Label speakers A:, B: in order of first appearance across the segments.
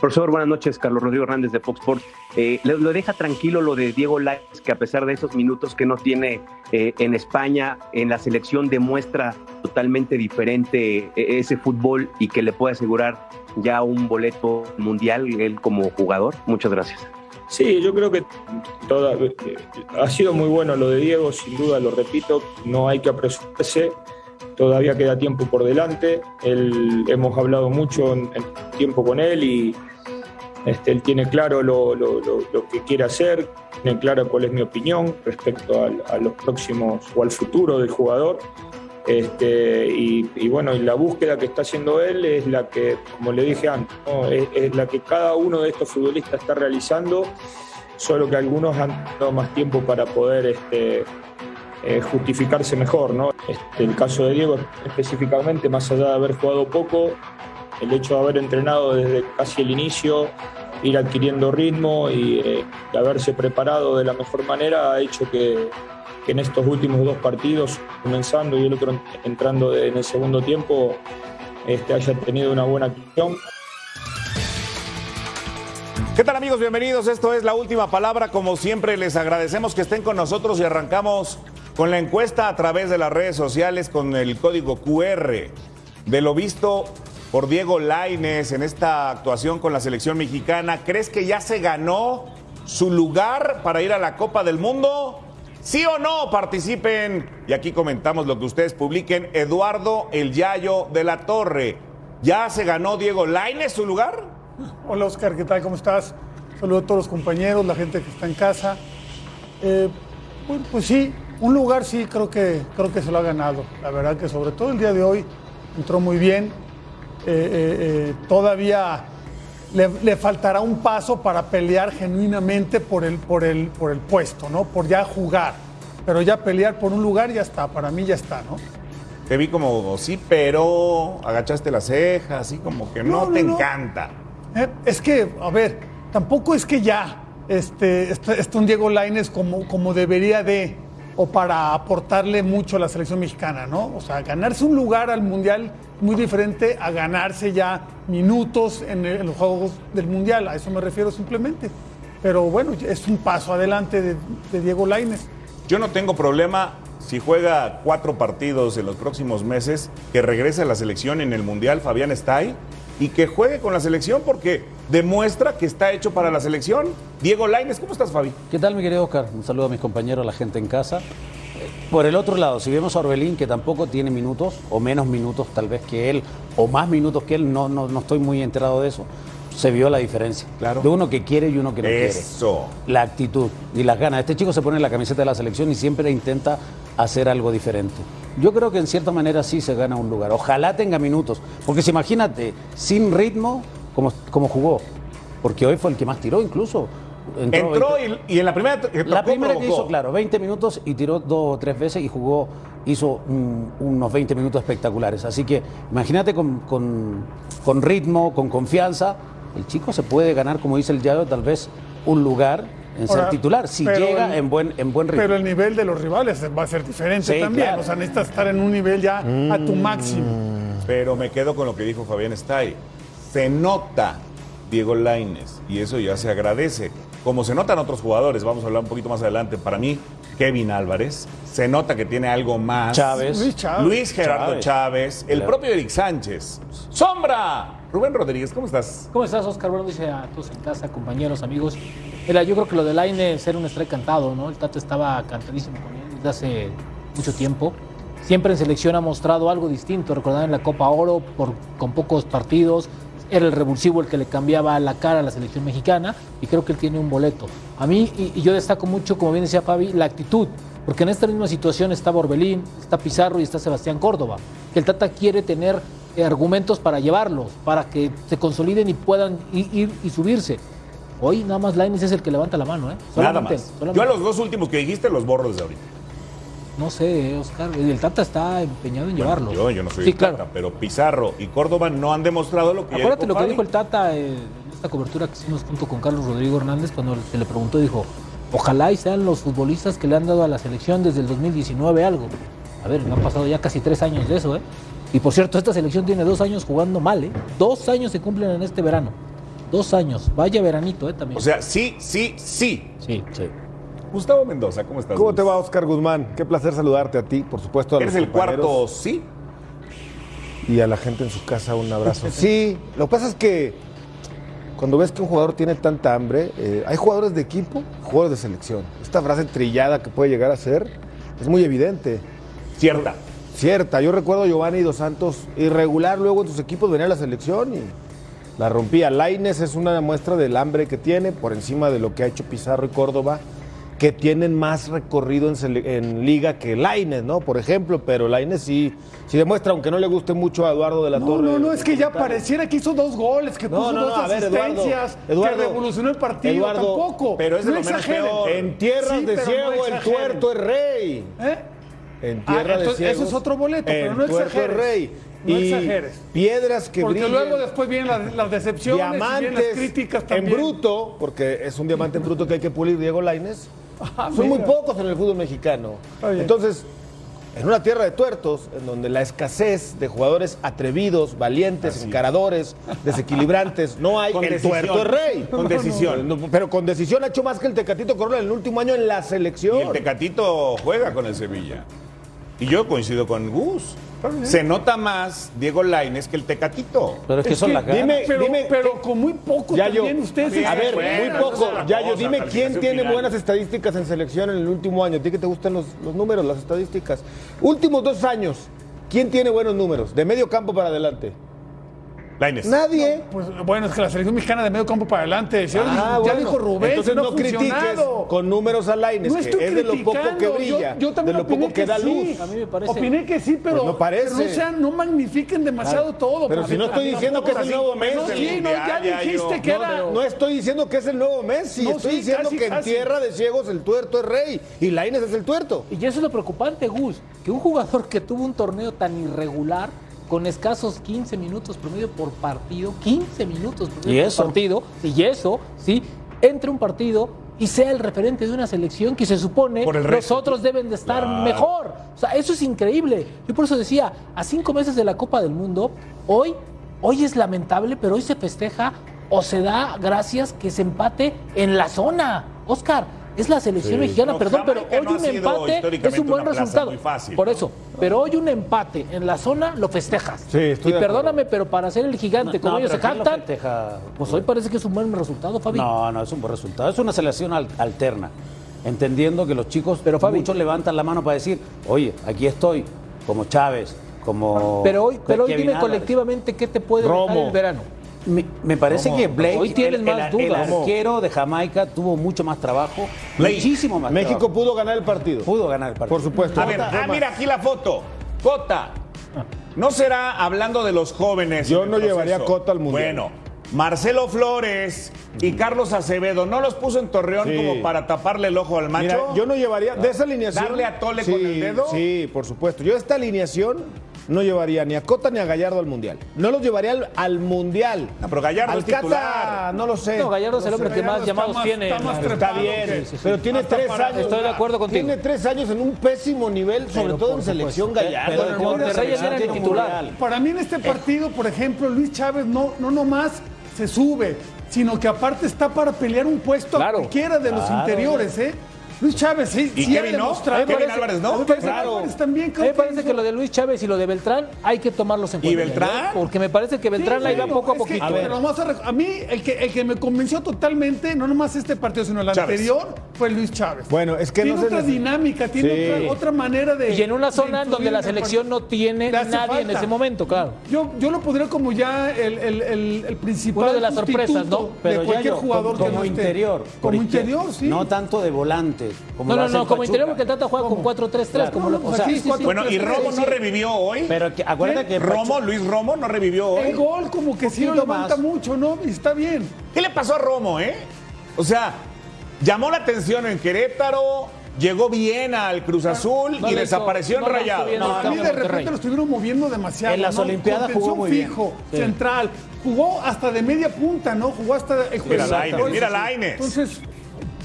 A: Profesor, buenas noches. Carlos Rodrigo Hernández de Fox Sports. Eh, lo, lo deja tranquilo lo de Diego Lainez, que a pesar de esos minutos que no tiene eh, en España, en la selección demuestra totalmente diferente eh, ese fútbol y que le puede asegurar ya un boleto mundial él como jugador. Muchas gracias.
B: Sí, yo creo que toda, eh, ha sido muy bueno lo de Diego, sin duda, lo repito, no hay que apresurarse todavía queda tiempo por delante. Él, hemos hablado mucho en, en, tiempo con él y este, él tiene claro lo, lo, lo, lo, que quiere hacer, tiene claro cuál es mi opinión respecto al, a los próximos o al futuro del jugador. Este, y, y, bueno, y la búsqueda que está haciendo él es la que, como le dije antes, ¿no? es, es la que cada uno de estos futbolistas está realizando, solo que algunos han dado más tiempo para poder este, justificarse mejor. ¿no? Este, el caso de Diego específicamente, más allá de haber jugado poco, el hecho de haber entrenado desde casi el inicio, ir adquiriendo ritmo y eh, haberse preparado de la mejor manera ha hecho que, que, en estos últimos dos partidos, comenzando y el otro entrando de, en el segundo tiempo, este, haya tenido una buena acción.
C: ¿Qué tal amigos? Bienvenidos. Esto es la última palabra. Como siempre, les agradecemos que estén con nosotros y arrancamos con la encuesta a través de las redes sociales con el código QR de lo visto por Diego Laines en esta actuación con la selección mexicana. ¿Crees que ya se ganó su lugar para ir a la Copa del Mundo? ¿Sí o no? Participen y aquí comentamos lo que ustedes publiquen. Eduardo El Yayo de la Torre. ¿Ya se ganó Diego Laines su lugar?
D: Hola Oscar, ¿qué tal? ¿Cómo estás? Saludo a todos los compañeros, la gente que está en casa. Eh, bueno, pues sí, un lugar sí creo que, creo que se lo ha ganado. La verdad que sobre todo el día de hoy entró muy bien. Eh, eh, todavía le, le, faltará un paso para pelear genuinamente por el, por, el, por el puesto, ¿no? Por ya jugar. Pero ya pelear por un lugar ya está, para mí ya está, ¿no?
C: Te vi como, oh, sí, pero agachaste las cejas, así como que no, no te no. encanta.
D: Eh, es que, a ver, tampoco es que ya este, este, este un Diego Laines como, como debería de o para aportarle mucho a la selección mexicana, ¿no? O sea, ganarse un lugar al Mundial muy diferente a ganarse ya minutos en, el, en los Juegos del Mundial, a eso me refiero simplemente. Pero bueno, es un paso adelante de, de Diego Laines.
C: Yo no tengo problema si juega cuatro partidos en los próximos meses, que regrese a la selección en el Mundial, Fabián está ahí y que juegue con la selección porque demuestra que está hecho para la selección. Diego Laines, ¿cómo estás, Fabi?
E: ¿Qué tal, mi querido Oscar? Un saludo a mis compañeros, a la gente en casa. Por el otro lado, si vemos a Orbelín, que tampoco tiene minutos, o menos minutos tal vez que él, o más minutos que él, no, no, no estoy muy enterado de eso. Se vio la diferencia
C: claro.
E: de uno que quiere y uno que no
C: eso.
E: quiere. La actitud y las ganas. Este chico se pone en la camiseta de la selección y siempre intenta hacer algo diferente. Yo creo que en cierta manera sí se gana un lugar. Ojalá tenga minutos. Porque si imagínate, sin ritmo, como, como jugó. Porque hoy fue el que más tiró incluso.
C: Entró, Entró 20, y, y, en la primera. eh, Tocó,
E: la primera provocó. que hizo, claro, 20 minutos y tiró dos o tres veces y jugó, hizo un, unos 20 minutos espectaculares. Así que imagínate con, con, con ritmo, con confianza. El chico se puede ganar, como dice el Yayo, tal vez un lugar en Ahora, ser titular, si llega el, en buen en buen ritmo.
D: Pero el nivel de los rivales va a ser diferente sí, también. Claro. O sea, necesitas estar en un nivel ya mm, a tu máximo.
C: Pero me quedo con lo que dijo Fabián Stay. Se nota Diego Laines y eso ya se agradece. Como se notan otros jugadores, vamos a hablar un poquito más adelante. Para mí, Kevin Álvarez, se nota que tiene algo más.
E: Chávez.
C: Luis, Chávez. Luis Gerardo Chávez, el claro. propio Eric Sánchez. ¡Sombra! Rubén Rodríguez, ¿cómo estás?
F: ¿Cómo estás, Oscar? Bueno, dice a todos en casa, compañeros, amigos. Mira, yo creo que lo de Laine era un strike cantado, ¿no? El Tato estaba cantadísimo con él desde hace mucho tiempo. Siempre en selección ha mostrado algo distinto. Recordar en la Copa Oro, por, con pocos partidos, era el revulsivo el que le cambiaba la cara a la selección mexicana y creo que él tiene un boleto. A mí, y, y yo destaco mucho, como bien decía Fabi, la actitud, porque en esta misma situación está Borbelín, está Pizarro y está Sebastián Córdoba. Que el Tata quiere tener eh, argumentos para llevarlos, para que se consoliden y puedan i- ir y subirse. Hoy nada más Lainez es el que levanta la mano, ¿eh?
C: Nada
F: Solamente,
C: más.
F: solamente.
C: Yo a los dos últimos que dijiste los borro desde ahorita.
F: No sé, Oscar, el Tata está empeñado en llevarlo.
C: Yo, yo no soy
F: Sí,
C: el Tata,
F: claro.
C: pero Pizarro y Córdoba no han demostrado lo que ya
F: Acuérdate lo
C: dijo
F: que
C: Fabi.
F: dijo el Tata eh, en esta cobertura que hicimos junto con Carlos Rodrigo Hernández cuando se le preguntó, dijo, ojalá y sean los futbolistas que le han dado a la selección desde el 2019 algo. A ver, han pasado ya casi tres años de eso, ¿eh? Y por cierto, esta selección tiene dos años jugando mal, ¿eh? Dos años se cumplen en este verano. Dos años. Vaya veranito, ¿eh? También.
C: O sea, sí, sí, sí.
F: sí, sí.
C: Gustavo Mendoza, ¿cómo estás?
G: ¿Cómo te va, Oscar Guzmán? Qué placer saludarte a ti, por supuesto. A
C: Eres
G: los
C: el
G: compañeros.
C: cuarto sí.
G: Y a la gente en su casa un abrazo. Sí, lo que pasa es que cuando ves que un jugador tiene tanta hambre, eh, hay jugadores de equipo, jugadores de selección. Esta frase trillada que puede llegar a ser es muy evidente.
C: Cierta.
G: Cierta, yo recuerdo a Giovanni Dos Santos, irregular luego en sus equipos venía a la selección y la rompía. Laines es una muestra del hambre que tiene por encima de lo que ha hecho Pizarro y Córdoba, que tienen más recorrido en, sele- en liga que Laines, ¿no? Por ejemplo, pero Laines sí, sí demuestra, aunque no le guste mucho a Eduardo de la
D: No,
G: Torre.
D: no, no, es que ya pareciera que hizo dos goles, que
G: No,
D: puso
G: no, no,
D: dos
G: a ver, Eduardo,
D: asistencias,
G: Eduardo,
D: que revolucionó el partido,
G: Eduardo,
D: tampoco.
C: pero es de
D: no
C: lo menos
D: exageren.
C: peor.
G: En tierras
D: Sí,
G: de
D: pero no
G: ciego, el
D: exageren.
G: tuerto es rey.
D: ¿Eh?
G: En tierra
D: Ah,
G: de
D: entonces,
G: ciegos.
D: eso es otro boleto, pero
G: en
D: no
G: Tuerto
D: exageres.
G: Rey.
D: No
G: Y
D: exageres.
G: Piedras que
D: Porque
G: brillan.
D: luego después vienen las, las decepciones, y vienen las
G: diamantes
D: críticas
G: en
D: también.
G: bruto, porque es un diamante en bruto que hay que pulir Diego Laines.
D: Ah,
G: Son muy
D: mira.
G: pocos en el fútbol mexicano.
D: Está bien.
G: Entonces, en una tierra de tuertos, en donde la escasez de jugadores atrevidos, valientes, encaradores, desequilibrantes, no hay
C: Con
G: el
C: decisión.
G: tuerto es rey.
C: Con decisión.
G: No, Pero con decisión ha hecho más que el Tecatito Corona en el último año en la selección.
C: Y el Tecatito juega con el Sevilla. Y yo coincido con Gus. Se nota más Diego Laines que el Tecatito.
E: Pero es que
D: Es
E: son
D: que
E: las ganas.
G: dime-
D: Pero,
G: dime-
D: pero con muy poco
G: Yayo,
D: también ustedes se
G: a ver,
D: exageran.
G: muy
C: bueno,
G: poco.
C: esa es la
G: Yayo,
C: cosa,
G: dime quién
C: calificación
G: tiene
C: final.
G: buenas estadísticas en selección en el último año. A ti que te gustan los, los números, las estadísticas. Últimos dos años, ¿quién tiene buenos números? De medio campo para adelante.
C: Laines.
G: Nadie.
D: Pues, bueno, es que la selección mexicana de medio campo para adelante. Ya,
G: Ah,
D: ya
G: bueno.
D: dijo Rubén,
G: entonces
D: no,
G: no
D: ha
G: critiques
D: funcionado.
G: con números a Laines,
D: No
G: que
D: estoy
G: es de lo poco que
D: criticando,
G: brilla,
D: yo, yo
G: de
D: también
G: lo poco
D: opiné
G: que, da
D: sí.
G: luz.
F: A mí me parece.
D: Opiné que sí, pero,
G: Pues no parece.
D: pero no, sean- no magnifiquen demasiado todo.
G: Pero
D: para
G: si
D: mí
G: no estoy
D: también.
G: diciendo que es el nuevo
D: No,
G: Messi,
D: sí, no, ya
C: ya, ya,
D: dijiste
C: yo-
D: que
C: no,
D: era...
G: No estoy diciendo que es el nuevo Messi,
D: No,
G: estoy
D: sí,
G: diciendo
D: casi,
G: que en
D: casi.
G: tierra de ciegos el tuerto es rey y Laines es el tuerto.
F: Y eso es lo preocupante, Gus, que un jugador que tuvo un torneo tan irregular, con escasos 15 minutos promedio por partido, 15 minutos promedio
E: Y
F: por
E: eso.
F: partido, y eso, ¿sí? Entre un partido y sea el referente de una selección que se supone
C: Por el
F: los
C: resto.
F: otros deben de estar
C: Claro.
F: mejor. O sea, eso es increíble. Yo por eso decía, a cinco meses de la Copa del Mundo, hoy, hoy es lamentable, pero hoy se festeja o se da gracias que se empate en la zona. Oscar, es la selección mexicana,
C: No,
F: perdón, pero
C: Jamaica
F: hoy
C: no ha
F: un
C: sido
F: empate es
C: históricamente
F: un buen
C: una plaza
F: resultado.
C: muy fácil,
F: Por
C: ¿no?
F: eso, pero hoy un empate en la zona lo festejas.
G: Sí, estoy
F: y
G: de acuerdo.
F: perdóname, pero para ser el gigante,
E: No,
F: como
E: no,
F: ellos se
E: pero ¿quién lo
F: cantan,
E: festeja?
F: pues hoy parece que es un buen resultado, Fabi.
E: No, no, es un buen resultado. Es una selección al- alterna. Entendiendo que los chicos,
F: Pero, Fabi-
E: muchos levantan la mano para decir, oye, aquí estoy, como Chávez, como.
F: Pero hoy, pero hoy
E: Kevin
F: dime
E: Álvarez".
F: colectivamente qué te puede dar
G: Romo.
F: el verano.
E: Me, me parece
G: ¿Cómo?
E: que Blake,
F: Hoy tienes
E: el,
F: más
E: el- el
F: dudas.
E: arquero de Jamaica, tuvo mucho más trabajo,
C: Blake.
E: muchísimo más
G: México
E: trabajo.
G: pudo ganar el partido.
E: pudo ganar el partido.
G: Por supuesto.
C: A ver, ah, mira aquí la foto. Cota. No será hablando de los jóvenes.
G: Yo
C: en el
G: no
C: proceso.
G: llevaría a Cota al Mundial.
C: Bueno, Marcelo Flores y Carlos Acevedo no los puso en Torreón
G: Sí.
C: como para taparle el ojo al macho.
G: Mira, yo no llevaría de esa alineación.
C: ¿Darle a Tole con el dedo?
G: Sí, por supuesto. Yo esta alineación no llevaría ni a Cota ni a Gallardo al mundial. No los llevaría al, al mundial.
C: No, pero Gallardo
G: al
C: es
G: Cata,
C: titular.
G: no lo sé.
F: No, Gallardo es el hombre que
D: Gallardo
F: más
D: está
F: llamados
D: más-
F: tiene.
D: está más
F: Pero-
G: Pero
D: trepado
G: Está bien,
D: que- sí, sí.
G: pero tiene
D: Hasta
G: tres
D: para-
G: años.
F: Estoy de acuerdo contigo.
G: Tiene tres años en un pésimo nivel, sobre
F: Pero
G: todo
F: por
G: en
F: supuesto.
G: selección
F: Pero-
G: Gallardo.
E: pero
G: en
E: como
G: una
E: Monterrey
G: selección Eh.
F: era el
G: muy
F: titular.
G: real.
D: Para mí en este partido, por ejemplo, Luis Chávez no, no nomás se sube, sino que aparte está para pelear un puesto a
F: Claro.
D: cualquiera de los interiores, ¿eh? Luis Chávez, sí.
C: ¿Y
D: sí ha
C: Kevin no?
D: demostrado-
G: ¿Eh,
C: ¿Kevin
D: parece-
C: Álvarez no?
D: me parece
C: Claro.
D: que Álvarez también,
F: A mí
D: creo
F: Me
D: que
F: parece
D: hizo-
F: que lo de Luis Chávez y lo de Beltrán hay que tomarlos en
C: ¿Y
F: cuenta.
C: Beltrán?
F: Porque me parece que Beltrán
D: Sí,
F: la iba
D: digo,
F: poco a
D: es que
F: poquito. ¿eh?
D: te lo vamos a, rec- a mí, el que, el que me convenció totalmente, no nomás este partido, sino el
C: Chávez.
D: anterior, fue Luis Chávez.
G: Bueno, es que
D: tiene
G: no se
D: otra
G: les-
D: dinámica, tiene
G: Sí.
D: otra, otra manera de.
F: Y en una
D: de
F: zona en
D: influir
F: donde la
D: el partido.
F: selección no tiene
D: Le hace
F: nadie en
D: falta.
F: ese momento, claro.
D: Yo, yo lo pondría como ya el, el, el, el principal.
F: Una de las sorpresas,
D: sustituto
F: ¿no?
E: Pero
D: de
E: ya
D: cualquier
E: yo,
D: jugador
E: como,
D: que no esté.
E: interior. por
D: Como
E: izquierda.
D: interior, sí.
E: No tanto de volante. Como
F: No,
E: lo
F: no,
E: hace
F: no,
E: el
F: como
E: Pachuca.
F: interior porque el Tata juega
D: ¿Cómo?
F: con 4-3-3. Como
D: No,
F: lo-
D: no,
F: o
D: pues
F: sea,
D: aquí es
F: sí, sí,
D: cuatro-
F: sí.
C: Bueno, y Romo no revivió hoy.
E: Pero que, acuérdate que.
C: Romo,
E: Pachuca-
C: Luis Romo, no revivió
D: El
C: hoy.
D: gol, como que sí lo
E: Poquito
D: levanta
E: más.
D: mucho, ¿no? Y está bien.
C: ¿Qué le pasó a Romo, eh? O sea, llamó la atención en Querétaro, llegó bien al Cruz Azul
F: no
C: y
F: le hizo-
C: despareció
F: no
C: en
F: le hizo
C: Rayado.
F: bien.
C: No,
D: A mí
F: Monterrey.
D: de repente lo estuvieron moviendo demasiado.
E: En las
D: ¿no?
E: Olimpiadas jugó
D: Contención
E: muy bien.
D: fijo,
E: Sí.
D: central. Jugó hasta de media punta, ¿no? Jugó hasta. el
C: Mira
D: jugador.
C: Lainez, mira Lainez.
D: Entonces,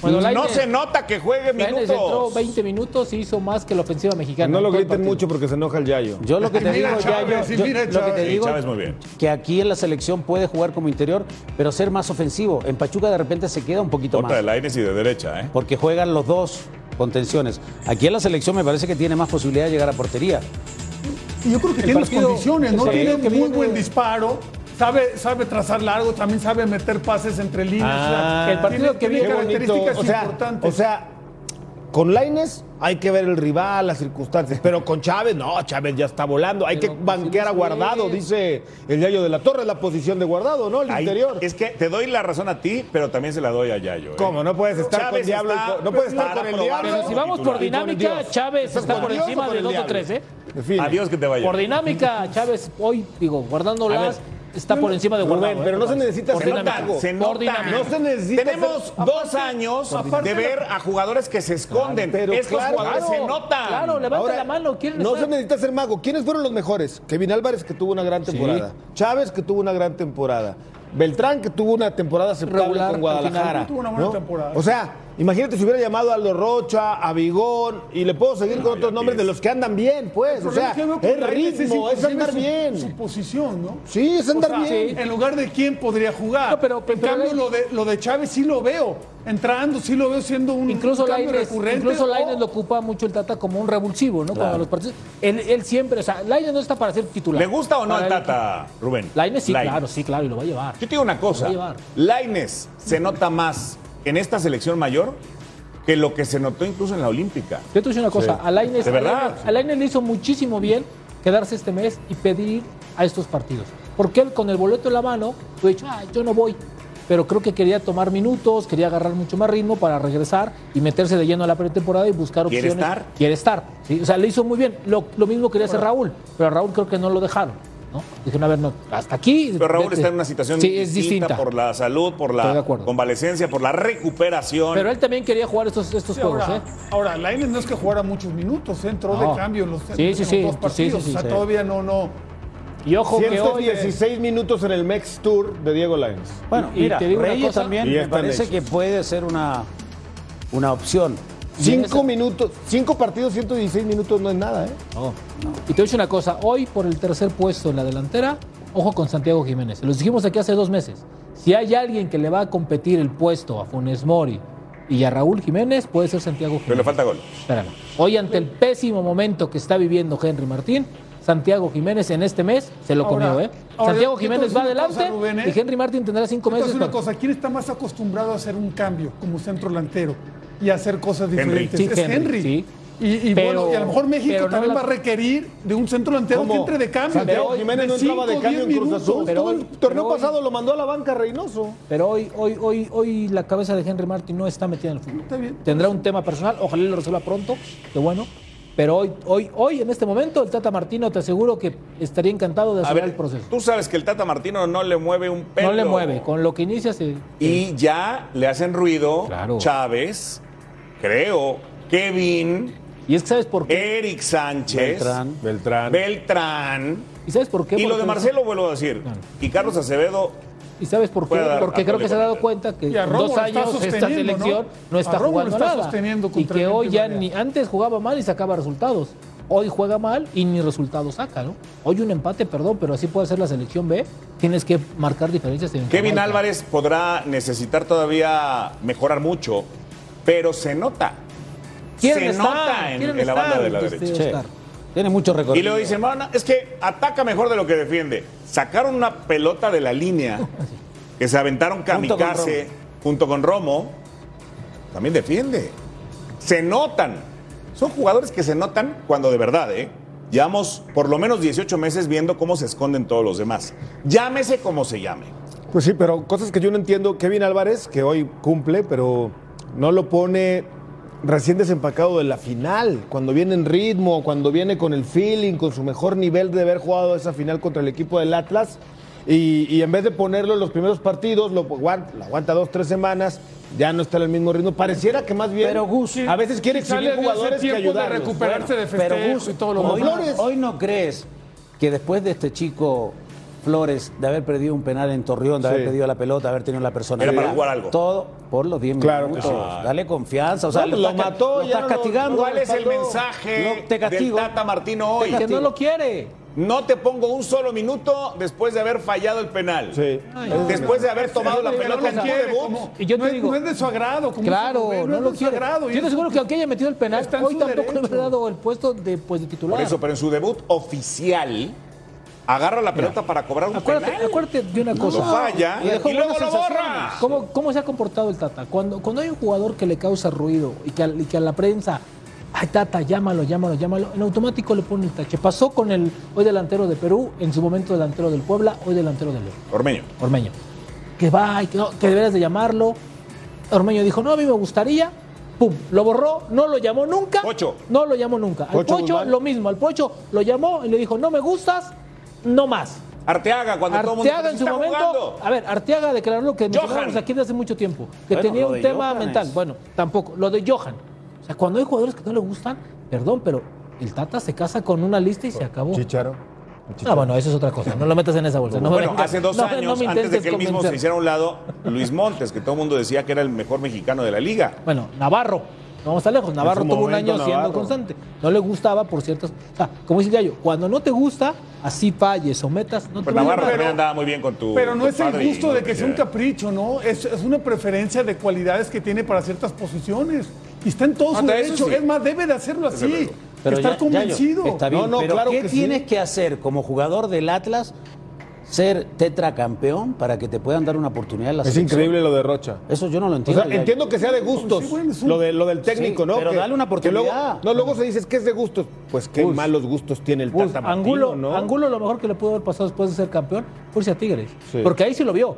F: Bueno,
C: no
F: Lainez-
C: se nota que juegue
F: Lainez entró
C: minutos.
F: 20 minutos y hizo más que la ofensiva mexicana.
G: No
F: en
G: lo
F: todo el
G: griten
F: partido.
G: mucho porque se enoja el Yayo.
E: Yo lo que te
D: Mira a
E: digo, ya,
D: Chávez,
E: yo-
D: y
E: yo-
D: mira a
E: lo que te
D: Chávez.
C: Sí,
E: digo
C: Chávez muy bien.
E: que aquí en la selección puede jugar como interior, pero ser más ofensivo. En Pachuca de repente se queda un poquito más.
C: Lainez y de derecha, ¿eh?
E: porque juegan los dos contenciones. Aquí en la selección me parece que tiene más posibilidad de llegar a portería.
D: y yo creo que tiene las
F: partido-
D: condiciones, ¿no?
F: el partido
D: Tiene
F: que
D: muy
F: viene-
D: buen disparo. Sabe, sabe trazar largo, también sabe meter pases entre líneas.
G: Ah,
D: o sea,
F: el partido
D: tiene-
F: que
D: tiene
F: viene-
D: características
G: o sea,
D: importantes.
G: O sea, con Laines hay que ver el rival, las circunstancias, pero con Chávez, no, Chávez ya está volando. Hay que
F: Pero, pues,
G: banquear a
F: sí,
G: Guardado,
F: sí.
G: dice el Yayo de la Torre, la posición de Guardado, ¿no? El
C: Ahí-
G: interior.
C: Es que te doy la razón a ti, pero también se la doy a Yayo. ¿eh?
G: ¿Cómo? No puedes estar
C: Chávez
G: con Diablo. y
C: está-
G: con- no puedes estar
C: para
G: con el
C: probar
G: Diablo.
C: eso.
F: Pero si vamos por
C: Y con
F: dinámica,
G: Dios.
F: Chávez
G: ¿Estás
F: está
G: con
F: por
G: Dios o
F: encima
G: con
F: del
G: el
F: 2 o
G: diablo?
F: 3, ¿eh?
G: Define.
C: Adiós que te vaya.
F: Por dinámica, Chávez hoy, digo, guardando las, está por encima de
G: Rubén,
F: Guardado. ¿eh?
G: pero no se
F: Por
G: necesita ser
F: dinámica.
G: mago.
C: Se nota.
F: Por dinámica.
G: No se necesita
C: Tenemos
G: ser-
C: dos años de ver a jugadores que se esconden.
G: Claro, pero
C: Estos
G: claro,
C: jugadores se notan.
F: Claro, levanta
G: Ahora,
F: la mano. ¿Quién
G: no
F: está?
G: se necesita ser mago. ¿Quiénes fueron los mejores? Kevin Álvarez, que tuvo una gran temporada. Chávez, que tuvo una gran temporada. Beltrán, que tuvo una temporada aceptable
F: Regular,
G: con
F: al final.
G: Guadalajara.
D: Tuvo una buena
G: ¿no?
D: temporada.
G: O sea, imagínate si hubiera llamado a Aldo Rocha, a Vigón, y le puedo seguir con
C: ya
G: otros nombres de
C: tienes.
G: los que andan bien, pues.
D: El
G: O
D: problema
G: sea,
D: que veo con
G: es
D: Lainez
G: ritmo, es
D: inclusive
G: andar
D: su- Su
G: bien.
D: posición, ¿no?
G: Sí, es andar
D: O sea,
G: bien.
D: En lugar de quién podría jugar.
F: No, pero-
D: en
F: pero-
D: cambio, lo de, lo de Chávez sí lo veo. Entrando, sí lo veo siendo un,
F: Incluso
D: un cambio
F: Lainez,
D: recurrente.
F: incluso
D: o-
F: Lainez lo ocupa mucho el Tata como un revulsivo, ¿no? Cuando los partidos. Él, él siempre, o sea, Lainez no está para ser titular.
C: ¿Le gusta o no
F: Para
C: al
F: el
C: Tata, Rubén?
F: equipo. Lainez sí,
C: Lainez.
F: claro, sí, claro, y lo va a llevar.
C: Yo te digo una cosa.
F: Lo va a llevar.
C: Laines se nota más en esta selección mayor que lo que se notó incluso en la Olímpica.
F: Yo te voy a decir una cosa, a Lainez,
C: De
F: a
C: verdad.
F: Lainez- a Lainez le hizo muchísimo bien quedarse este mes y pedir a estos partidos. Porque él con el boleto en la mano, fue dicho, ah, yo no voy. Pero creo que quería tomar minutos, quería agarrar mucho más ritmo para regresar y meterse de lleno a la pretemporada y buscar
C: ¿Quiere
F: opciones.
C: estar?
F: Quiere estar. ¿sí? O sea, le hizo muy bien. Lo, lo mismo quería hacer Raúl, pero a Raúl creo que no lo dejaron. ¿no? Dijeron, a ver, no, hasta aquí.
C: Pero Raúl
F: vete".
C: está en una situación
F: sí, es
C: distinta
F: distinta.
C: por la salud, por
F: Estoy de
C: la
F: acuerdo.
C: convalecencia, por la recuperación.
F: Pero él también quería jugar estos, estos
D: Sí,
F: juegos,
D: ahora,
F: ¿eh?
D: ahora, Lainez no es que jugara muchos minutos, ¿eh? entró
F: No.
D: de cambio en los,
F: Sí, sí,
D: en los
F: sí,
D: dos
F: sí,
D: partidos.
F: sí, sí,
D: o sea,
F: sí.
D: todavía no, no.
F: Y ojo que hoy.
G: 116 minutos en el Mex Tour de Diego Laines.
E: Bueno,
F: Y- y
E: mira,
F: te digo una
E: Reyes
F: cosa.
E: también
G: Y ya
E: me
G: están
E: parece
G: hechos.
E: que puede ser una, una opción.
G: Cinco minutos, cinco partidos, 116 minutos no es nada, ¿eh?
F: Y te voy a decir una cosa, hoy por el tercer puesto en la delantera, ojo con Santiago Jiménez. Los dijimos aquí hace dos meses. Si hay alguien que le va a competir el puesto a Funes Mori y a Raúl Jiménez, puede ser Santiago Jiménez.
C: Pero le falta gol.
F: Espérame. Hoy ante el pésimo momento que está viviendo Henry Martín, Santiago Jiménez en este mes se lo
D: Ahora,
F: comió, ¿eh?
D: ahora,
F: Santiago
D: yo te voy a
F: Jiménez
D: decir
F: va
D: una
F: adelante
D: cosa, Rubén, ¿eh?
F: y Henry Martín tendrá cinco
D: Entonces,
F: meses.
D: una
F: para-
D: cosa, ¿quién está más acostumbrado a hacer un cambio como centro delantero y a hacer cosas diferentes?
F: Sí,
D: es
F: Henry,
D: Henry.
F: sí.
D: Y, y
F: Pero-
D: bueno, y a lo mejor México
F: pero no
D: también
F: la-
D: va a requerir de un centro delantero
G: ¿Cómo?
D: que entre de cambio.
G: Santiago
D: de-
G: Jiménez no entraba de
D: cinco,
G: cambio en
D: diez
G: Cruz Azul.
D: minutos.
F: pero
G: Todo el
F: hoy-
G: torneo
F: pero hoy-
G: pasado lo mandó a la banca Reynoso.
F: Pero hoy, hoy, hoy, hoy la cabeza de Henry Martin no está metida en el fútbol.
D: Está bien.
F: Tendrá un tema personal, ojalá lo resuelva pronto, qué bueno. Pero hoy, hoy, hoy, en este momento, el Tata Martino te aseguro que estaría encantado de
C: A
F: acelerar
C: ver,
F: el proceso.
C: tú sabes que el Tata Martino no le mueve un pelo.
F: No le mueve, con lo que inicia se.
C: Y ya le hacen ruido
F: Claro.
C: Chávez, creo, Kevin,
F: Y es que sabes por qué.
C: Eric Sánchez,
E: Beltrán.
G: Beltrán.
C: Beltrán.
F: ¿Y sabes por qué?
C: Y lo
F: Porque-
C: de Marcelo, vuelvo a decir. Y Carlos Acevedo,
F: ¿Y sabes por qué?
C: Puede dar
F: Porque creo que se ha dado
C: Antonio
F: cuenta que
D: Y a
F: en
D: Romo
F: dos
D: lo está
F: años esta
D: sosteniendo,
F: selección
D: ¿no?
F: no
D: A
F: está
D: Romo lo
F: jugando
D: está
F: nada.
D: sosteniendo
F: y
D: contra
F: que
D: el
F: hoy ya
D: Villarreal.
F: ni antes jugaba mal y sacaba resultados. Hoy juega mal y ni resultados saca, ¿no? Hoy un empate, perdón, pero así puede ser la selección B. Tienes que marcar diferencias. en
C: Kevin
F: Jamaica.
C: Álvarez podrá necesitar todavía mejorar mucho, pero se nota.
F: Quieren
C: se
F: estar,
C: nota en,
F: quieren
C: en la
F: estar,
C: banda de la
F: entonces,
C: derecha.
F: sí, Oscar.
E: Este, Tiene mucho recorrido.
C: Y luego dicen, "Bueno, es que ataca mejor de lo que defiende. Sacaron una pelota de la línea que se aventaron
E: Ah, Junto con
C: kamikaze junto con Romo. También defiende. Se notan. Son jugadores que se notan cuando de verdad, ¿eh? Llevamos por lo menos 18 meses viendo cómo se esconden todos los demás. Llámese como se llame.
G: Pues sí, pero cosas que yo no entiendo. Kevin Álvarez, que hoy cumple, pero no lo pone recién desempacado de la final, cuando viene en ritmo, cuando viene con el feeling, con su mejor nivel de haber jugado esa final contra el equipo del Atlas. Y, y en vez de ponerlo en los primeros partidos, lo aguanta, lo aguanta dos, tres semanas, ya no está en el mismo ritmo. Pareciera que más bien
E: Pero, Gus,
G: a veces quiere exhibir jugadores que
H: tiempo de
G: ayudarlos.
H: recuperarse de
E: Pero
H: festejos
E: Gus,
H: y todo lo
E: hoy,
H: demás.
E: no- hoy no crees que después de este chico Flores, de haber perdido un penal en Torreón, de
G: Sí.
E: haber perdido la pelota, de haber tenido la personalidad.
C: Era para jugar algo.
E: Todo por los 10
G: Claro que
E: minutos.
G: sí.
E: Dale confianza. O sea,
G: No, pues lo
E: estás ca-
G: mató,
E: Lo
G: ya
E: estás
G: no lo-
E: castigando.
C: ¿Cuál es el
G: Pablo,
C: mensaje
E: no, te castigo.
C: del Tata Martino
E: Te
C: hoy?
F: Que no
E: castigo.
F: lo quiere.
C: No te pongo un solo minuto después de haber fallado el penal.
G: Sí.
C: Después de haber tomado la
H: Pero no
C: pelota en
H: lo
C: tu
H: quiere,
C: debut.
H: como-
F: Y yo
H: no
F: te
H: es-
F: digo-
H: no es de su agrado. como
F: Claro,
H: se ve,
F: no
H: es
F: lo
H: de su
F: quiere.
H: agrado, y
F: Yo te
H: es-
F: aseguro que aunque haya metido el penal,
H: Está en
F: hoy
H: su
F: tampoco le
H: derecho.
F: hubiera dado el puesto de, pues, de titular.
C: Por eso, pero en su debut oficial, agarra la pelota para cobrar un
F: acuérdate,
C: penal.
F: acuérdate de una cosa.
C: lo falla,
F: dejó
C: y luego
F: buenas
C: lo
F: sensaciones.
C: borra.
F: ¿Cómo, ¿Cómo se ha comportado el Tata? Cuando, cuando hay un jugador que le causa ruido y que, al- y que a la prensa, ay Tata, llámalo, llámalo, llámalo, en automático le pone el tache. Pasó con el hoy delantero de Perú, en su momento delantero del Puebla, hoy delantero del León.
C: Ormeño.
F: Ormeño. Que va, y que, no, que deberías de llamarlo. Ormeño dijo, no, a mí me gustaría. Pum, lo borró, no lo llamó nunca.
C: Pocho.
F: No lo llamó nunca. Al
G: Pocho
F: Pocho,
G: Guzmán.
F: lo mismo. Al Pocho lo llamó y le dijo, no me gustas, no más.
C: Arteaga, cuando todo el mundo
F: Arteaga en su
C: está
F: momento.
C: jugando.
F: A ver, Arteaga declaró lo que mencionábamos
C: Johan.
F: aquí desde hace mucho tiempo. Que
E: Bueno,
F: tenía
E: lo
F: un
E: de
F: tema
E: Johan
F: mental.
E: es-
F: Bueno, tampoco. Lo de Johan. O sea, cuando hay jugadores que no le gustan, perdón, pero el Tata se casa con una lista y se acabó.
G: Chicharo.
F: Ah, bueno, eso es otra cosa. No lo metas en esa bolsa. No me
C: bueno,
F: vengas-
C: hace dos
F: no me- no
C: años,
F: me
C: antes de
F: intentes
C: que él mismo
F: convencer.
C: se hiciera a un lado, Luis Montes, que todo el mundo decía que era el mejor mexicano de la liga.
F: Bueno, Navarro. No vamos tan lejos. Navarro
G: su
F: tuvo un
G: momento,
F: año siendo
G: Navarro.
F: constante. No le gustaba por ciertas. O sea, como dice el Gallo, cuando no te gusta, así falles o metas. No te
C: Pero
F: voy
C: Navarro
F: a llamar.
C: Pues también andaba muy bien con tu.
H: Pero no
C: tu
H: es el
C: padre y
H: gusto
C: no
H: de
C: te
H: que sea un
C: quería.
H: capricho, ¿no? Es, es una preferencia de cualidades que tiene para ciertas posiciones. Y está en todo
C: Ah,
H: su
C: de eso
H: derecho.
C: sí.
H: Es más, debe de hacerlo
C: Desde
H: así.
C: luego.
H: Estar
E: ya- ya yo-
H: convencido.
E: está bien,
G: No, no,
E: pero
G: claro
E: ¿qué
G: que sí.
E: tienes que hacer como jugador del Atlas? Ser tetracampeón para que te puedan dar una oportunidad en la
G: Es
E: selección?
G: increíble lo de Rocha.
E: Eso yo no lo
G: O
E: entiendo.
G: sea,
E: ya.
G: entiendo que sea de gustos.
H: Sí, bueno, Pues es un-
G: Lo, de- lo del técnico,
E: Sí,
G: ¿no?
E: pero
G: Que-
E: dale una
G: que luego-
E: oportunidad.
G: no, luego se dice, es que es de gustos. Pues qué malos gustos tiene el
F: Pues,
G: Tata Martino,
F: Angulo,
G: ¿no?
F: Angulo lo mejor que le pudo haber pasado después de ser campeón fue irse a Tigres.
G: Sí.
F: Porque ahí sí lo vio.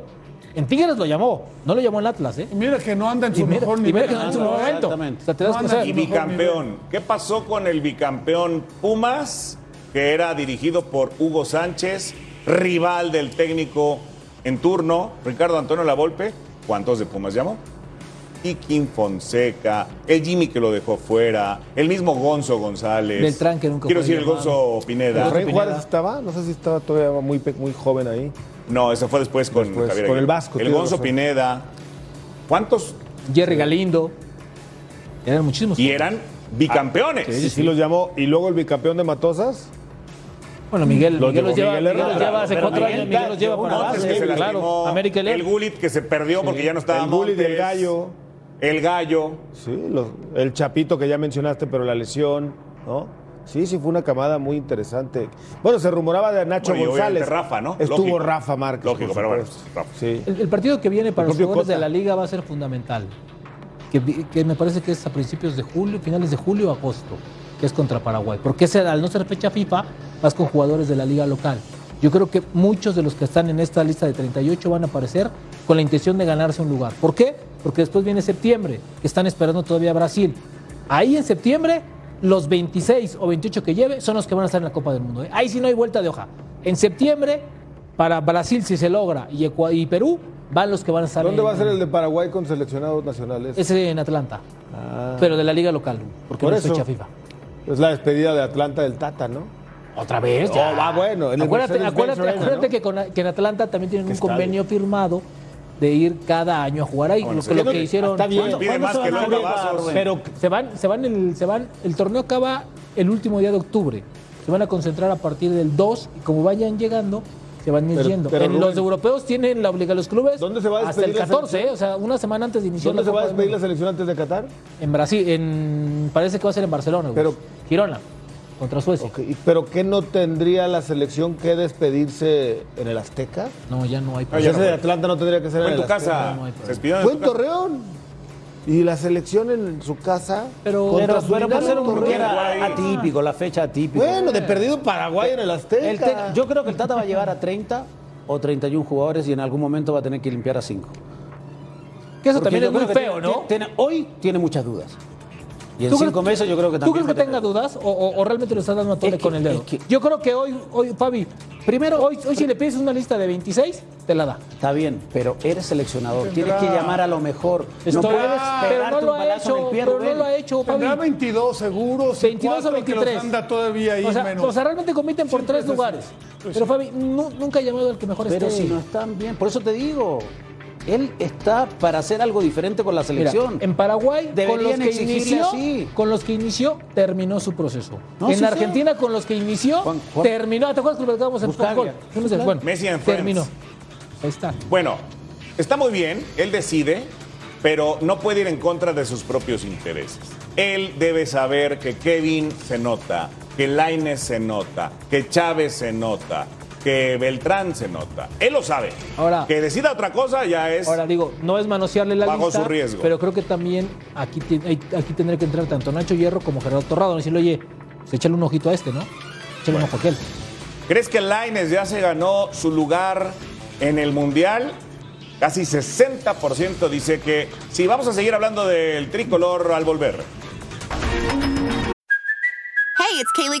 F: En Tigres lo llamó, no lo llamó en Atlas, ¿eh?
H: Y mira que no anda en
F: Y
H: su
F: mira,
H: mejor
F: y mira
H: nivel.
F: que no en su
H: Ah, no.
F: momento.
E: exactamente.
F: O sea, te das
H: No
F: cuenta-
H: anda
C: Y
H: aquí.
C: bicampeón. ¿Qué pasó con el bicampeón Pumas, que era dirigido por Hugo Sánchez, rival del técnico en turno, Ricardo Antonio Lavolpe? ¿Cuántos de Pumas llamó? Iquín Fonseca, el Jimmy que lo dejó fuera, el mismo Gonzo González.
F: Beltrán, que nunca
C: Quiero
F: fue
C: decir, el
F: llamado.
C: Gonzo Pineda.
G: Efraín
F: Pineda.
G: Juárez estaba, no sé si estaba todavía muy, pe- muy joven ahí.
C: No, eso fue después con
G: Después,
C: Javier
G: con el
C: Aguirre.
G: Vasco,
C: El
G: tiene
C: Gonzo
G: razón.
C: Pineda. ¿Cuántos?
F: Jerry Galindo. Eran muchísimos.
C: Y eran bicampeones.
G: Sí, sí los llamó. Y luego el bicampeón de Matosas.
F: Bueno, Miguel,
G: Lo
F: Miguel
G: llevó
F: los lleva,
G: Miguel
F: Miguel
G: Herrera.
F: los lleva hace
G: Pero
F: cuatro
G: Miguel
F: años. Miguel los lleva para
C: Montes,
F: base,
C: que se lastimó,
F: claro. América y
C: el Gullit que se perdió porque ya no estaba
G: El Gullit,
C: Montes,
G: el Gallo.
C: El Gallo.
G: Sí, los- el Chapito que ya mencionaste, pero la lesión, ¿no? Sí, sí, fue una camada muy interesante. Bueno, se rumoraba de Nacho
C: Bueno, y obviamente
G: González.
C: Rafa, ¿no?
G: Estuvo
C: Lógico.
G: Rafa Márquez.
C: Lógico,
G: por
C: pero bueno,
G: supuesto.
C: Rafa.
G: Sí.
F: El, el partido que viene para
G: El
F: los
G: propio
F: jugadores de la
G: Costa.
F: liga va a ser fundamental. Que, vi- que me parece que es a principios de julio, finales de julio o agosto, que es contra Paraguay. Porque ese, al no ser fecha FIFA, vas con jugadores de la liga local. Yo creo que muchos de los que están en esta lista de 38 van a aparecer con la intención de ganarse un lugar. ¿Por qué? Porque después viene septiembre, que están esperando todavía a Brasil. Ahí en septiembre, los 26 o 28 que lleve son los que van a estar en la Copa del Mundo. ¿eh? Ahí sí no hay vuelta de hoja. En septiembre para Brasil, si se logra, y, Ecua- y Perú, van los que van a estar
G: ¿Dónde
F: en-
G: va a ser el de Paraguay con seleccionados nacionales?
F: Ese en Atlanta. Pero de la liga local, porque
G: Ah. Por
F: no
G: eso.
F: es fecha FIFA.
G: Es la despedida de Atlanta del Tata, ¿no?
F: Otra vez,
G: Oh,
F: ya.
G: va bueno, en el
F: Acuérdate,
G: Mercedes-Benz
F: acuérdate,
G: Arena,
F: acuérdate
G: ¿no?
F: que, con- que en Atlanta también tienen un
G: estadio.
F: convenio firmado de ir cada año a jugar ahí.
C: bueno,
F: lo,
C: sí.
F: lo
C: Yo
F: que
C: no-
F: hicieron.
G: Ah, está bien.
F: ¿Cuándo-
C: Pide
F: cuándo
C: más
F: se van
C: que
F: a
C: Laura
F: abrir?
C: Vasos.
F: Pero se van, se van, el, se van, el torneo acaba el último día de octubre. Se van a concentrar a partir del 2 y como vayan llegando, se van
G: Pero-
F: midiendo.
G: pero
F: En
G: Rubén-
F: los europeos tienen la obligación, los clubes,
G: ¿Dónde se va a
F: hasta el
G: despedir la
F: 14,
G: selección?
F: eh, o sea, una semana antes de iniciar
G: ¿Dónde
F: la
G: se va a
F: Copa del
G: despedir la selección antes de Qatar?
F: Mundo. En Brasil, en, parece que va a ser en Barcelona, güey.
G: Pero-
F: Girona, contra Suecia.
G: Ok, ¿y- ¿Pero qué no tendría la selección que despedirse en el Azteca?
F: No, ya no hay
G: O sea, ese de Atlanta Ah, no tendría que ser
C: Ah, Fue
G: en
C: en
G: el
C: tu
G: Azteca.
C: casa.
F: no hay problema.
C: Se despidieron
G: Fue
C: en
G: en
C: tu casa.
G: Torreón. Y la selección en su casa.
F: Pero-
G: contra
E: Pero, pero
G: Surinam
E: va a ser
G: en
E: un
G: Torreón.
E: mundial
C: Uruguay.
E: atípico, la fecha atípica.
G: Bueno, de perdido Paraguay en el Azteca.
E: El Tec- yo creo que el Tata va a llegar a 30 o 31 jugadores y en algún momento va a tener que limpiar a 5.
F: Que eso también es muy feo, ¿no?
E: hoy tiene muchas dudas. Y en
F: ¿Tú crees-
E: 5 meses yo creo que
F: ¿Tú
E: también.
F: crees que
E: va a
F: tenga
E: tener
F: dudas o, o- o realmente lo estás dando a tole
E: Es que-
F: con el dedo?
E: es que-
F: Yo creo que hoy, hoy Fabi, primero, hoy, hoy si le pides una lista de 26, te la da.
E: Está bien, pero eres seleccionador.
H: Tendrá-
E: Tienes que llamar a lo mejor. no
F: Estoy-
E: puedes
F: pero
E: pegarte
F: no lo
E: un
F: ha
E: balazo en
F: hecho,
E: el pie,
F: pero no
E: Rubén.
F: lo ha hecho, Fabi.
H: Tendrá 22 seguros.
F: 22 o
H: 4 que los
F: 23.
H: anda todavía ahí
F: o, sea,
H: menos.
F: o sea, realmente compiten por
H: Siempre es
F: tres
H: así.
F: lugares.
H: Pues
F: pero
H: sí.
F: Fabi, nu- nunca ha llamado al que mejor
E: Pero
F: esté.
E: si no están bien, por eso te digo, él está para hacer algo diferente con la
F: Mira,
E: selección.
F: en Paraguay, con los,
E: Deberían
F: que
E: exigirle
F: inició,
E: así.
F: con los que inició, terminó su proceso.
E: No,
F: en
E: sí sé.
F: Argentina, con los que inició,
E: Juan- Juan-
F: terminó. ¿Te acuerdas que lo platicábamos en
E: Buscaglia.
F: Fútbol? Fuimos de- Bueno,
C: Messi en Friends.
F: terminó. Ahí está.
C: Bueno, está muy bien, él decide, pero no puede ir en contra de sus propios intereses. Él debe saber que Kevin se nota, que Laines se nota, que Chávez se nota, que Beltrán se nota. Él lo sabe.
F: Ahora-
C: que decida otra cosa ya es.
F: Ahora digo, no es manosearle la
C: Bajo
F: lista,
C: su riesgo.
F: pero creo que también aquí, ti- hay- aquí tendría que entrar tanto Nacho Hierro como Gerardo Torrado. Decirle, oye, pues échale un ojito a este, ¿no? Échale un ojo a aquel.
C: ¿Crees que Laines ya se ganó su lugar en el Mundial? Casi 60% dice que sí. Vamos a seguir hablando del tricolor al volver.
I: Hey, it's Kaylee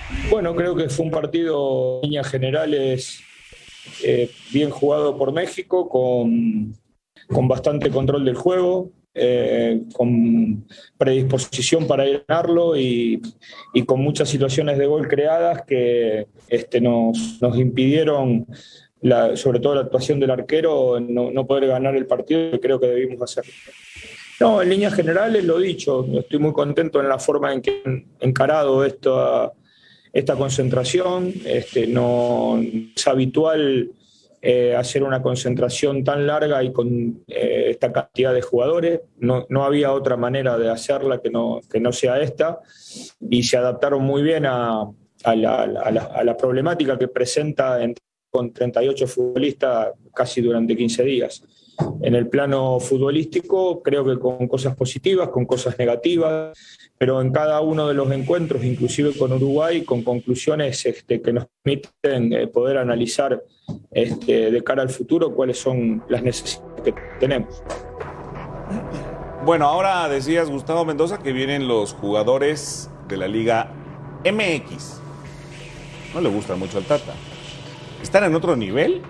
B: Bueno, creo que fue un partido en líneas generales eh, bien jugado por México, con, con bastante control del juego, eh, con predisposición para ir a ganarlo y, y con muchas situaciones de gol creadas que este, nos, nos impidieron, la- sobre todo la actuación del arquero, no, no poder ganar el partido que creo que debimos hacer. No, en líneas generales lo dicho, estoy muy contento en la forma en que han encarado esta, esta concentración. Este, no es habitual eh, hacer una concentración tan larga y con eh, esta cantidad de jugadores. No, no había otra manera de hacerla que no, que no sea esta. Y se adaptaron muy bien a, a la, a la- a la problemática que presenta en- con 38 futbolistas casi durante 15 días. En el plano futbolístico, creo que con cosas positivas, con cosas negativas, pero en cada uno de los encuentros, inclusive con Uruguay, con conclusiones este, que nos permiten eh, poder analizar este, de cara al futuro cuáles son las necesidades que tenemos.
C: Bueno, ahora decías Gustavo Mendoza que vienen los jugadores de la Liga MX. No le gusta mucho al Tata. ¿Están en otro nivel?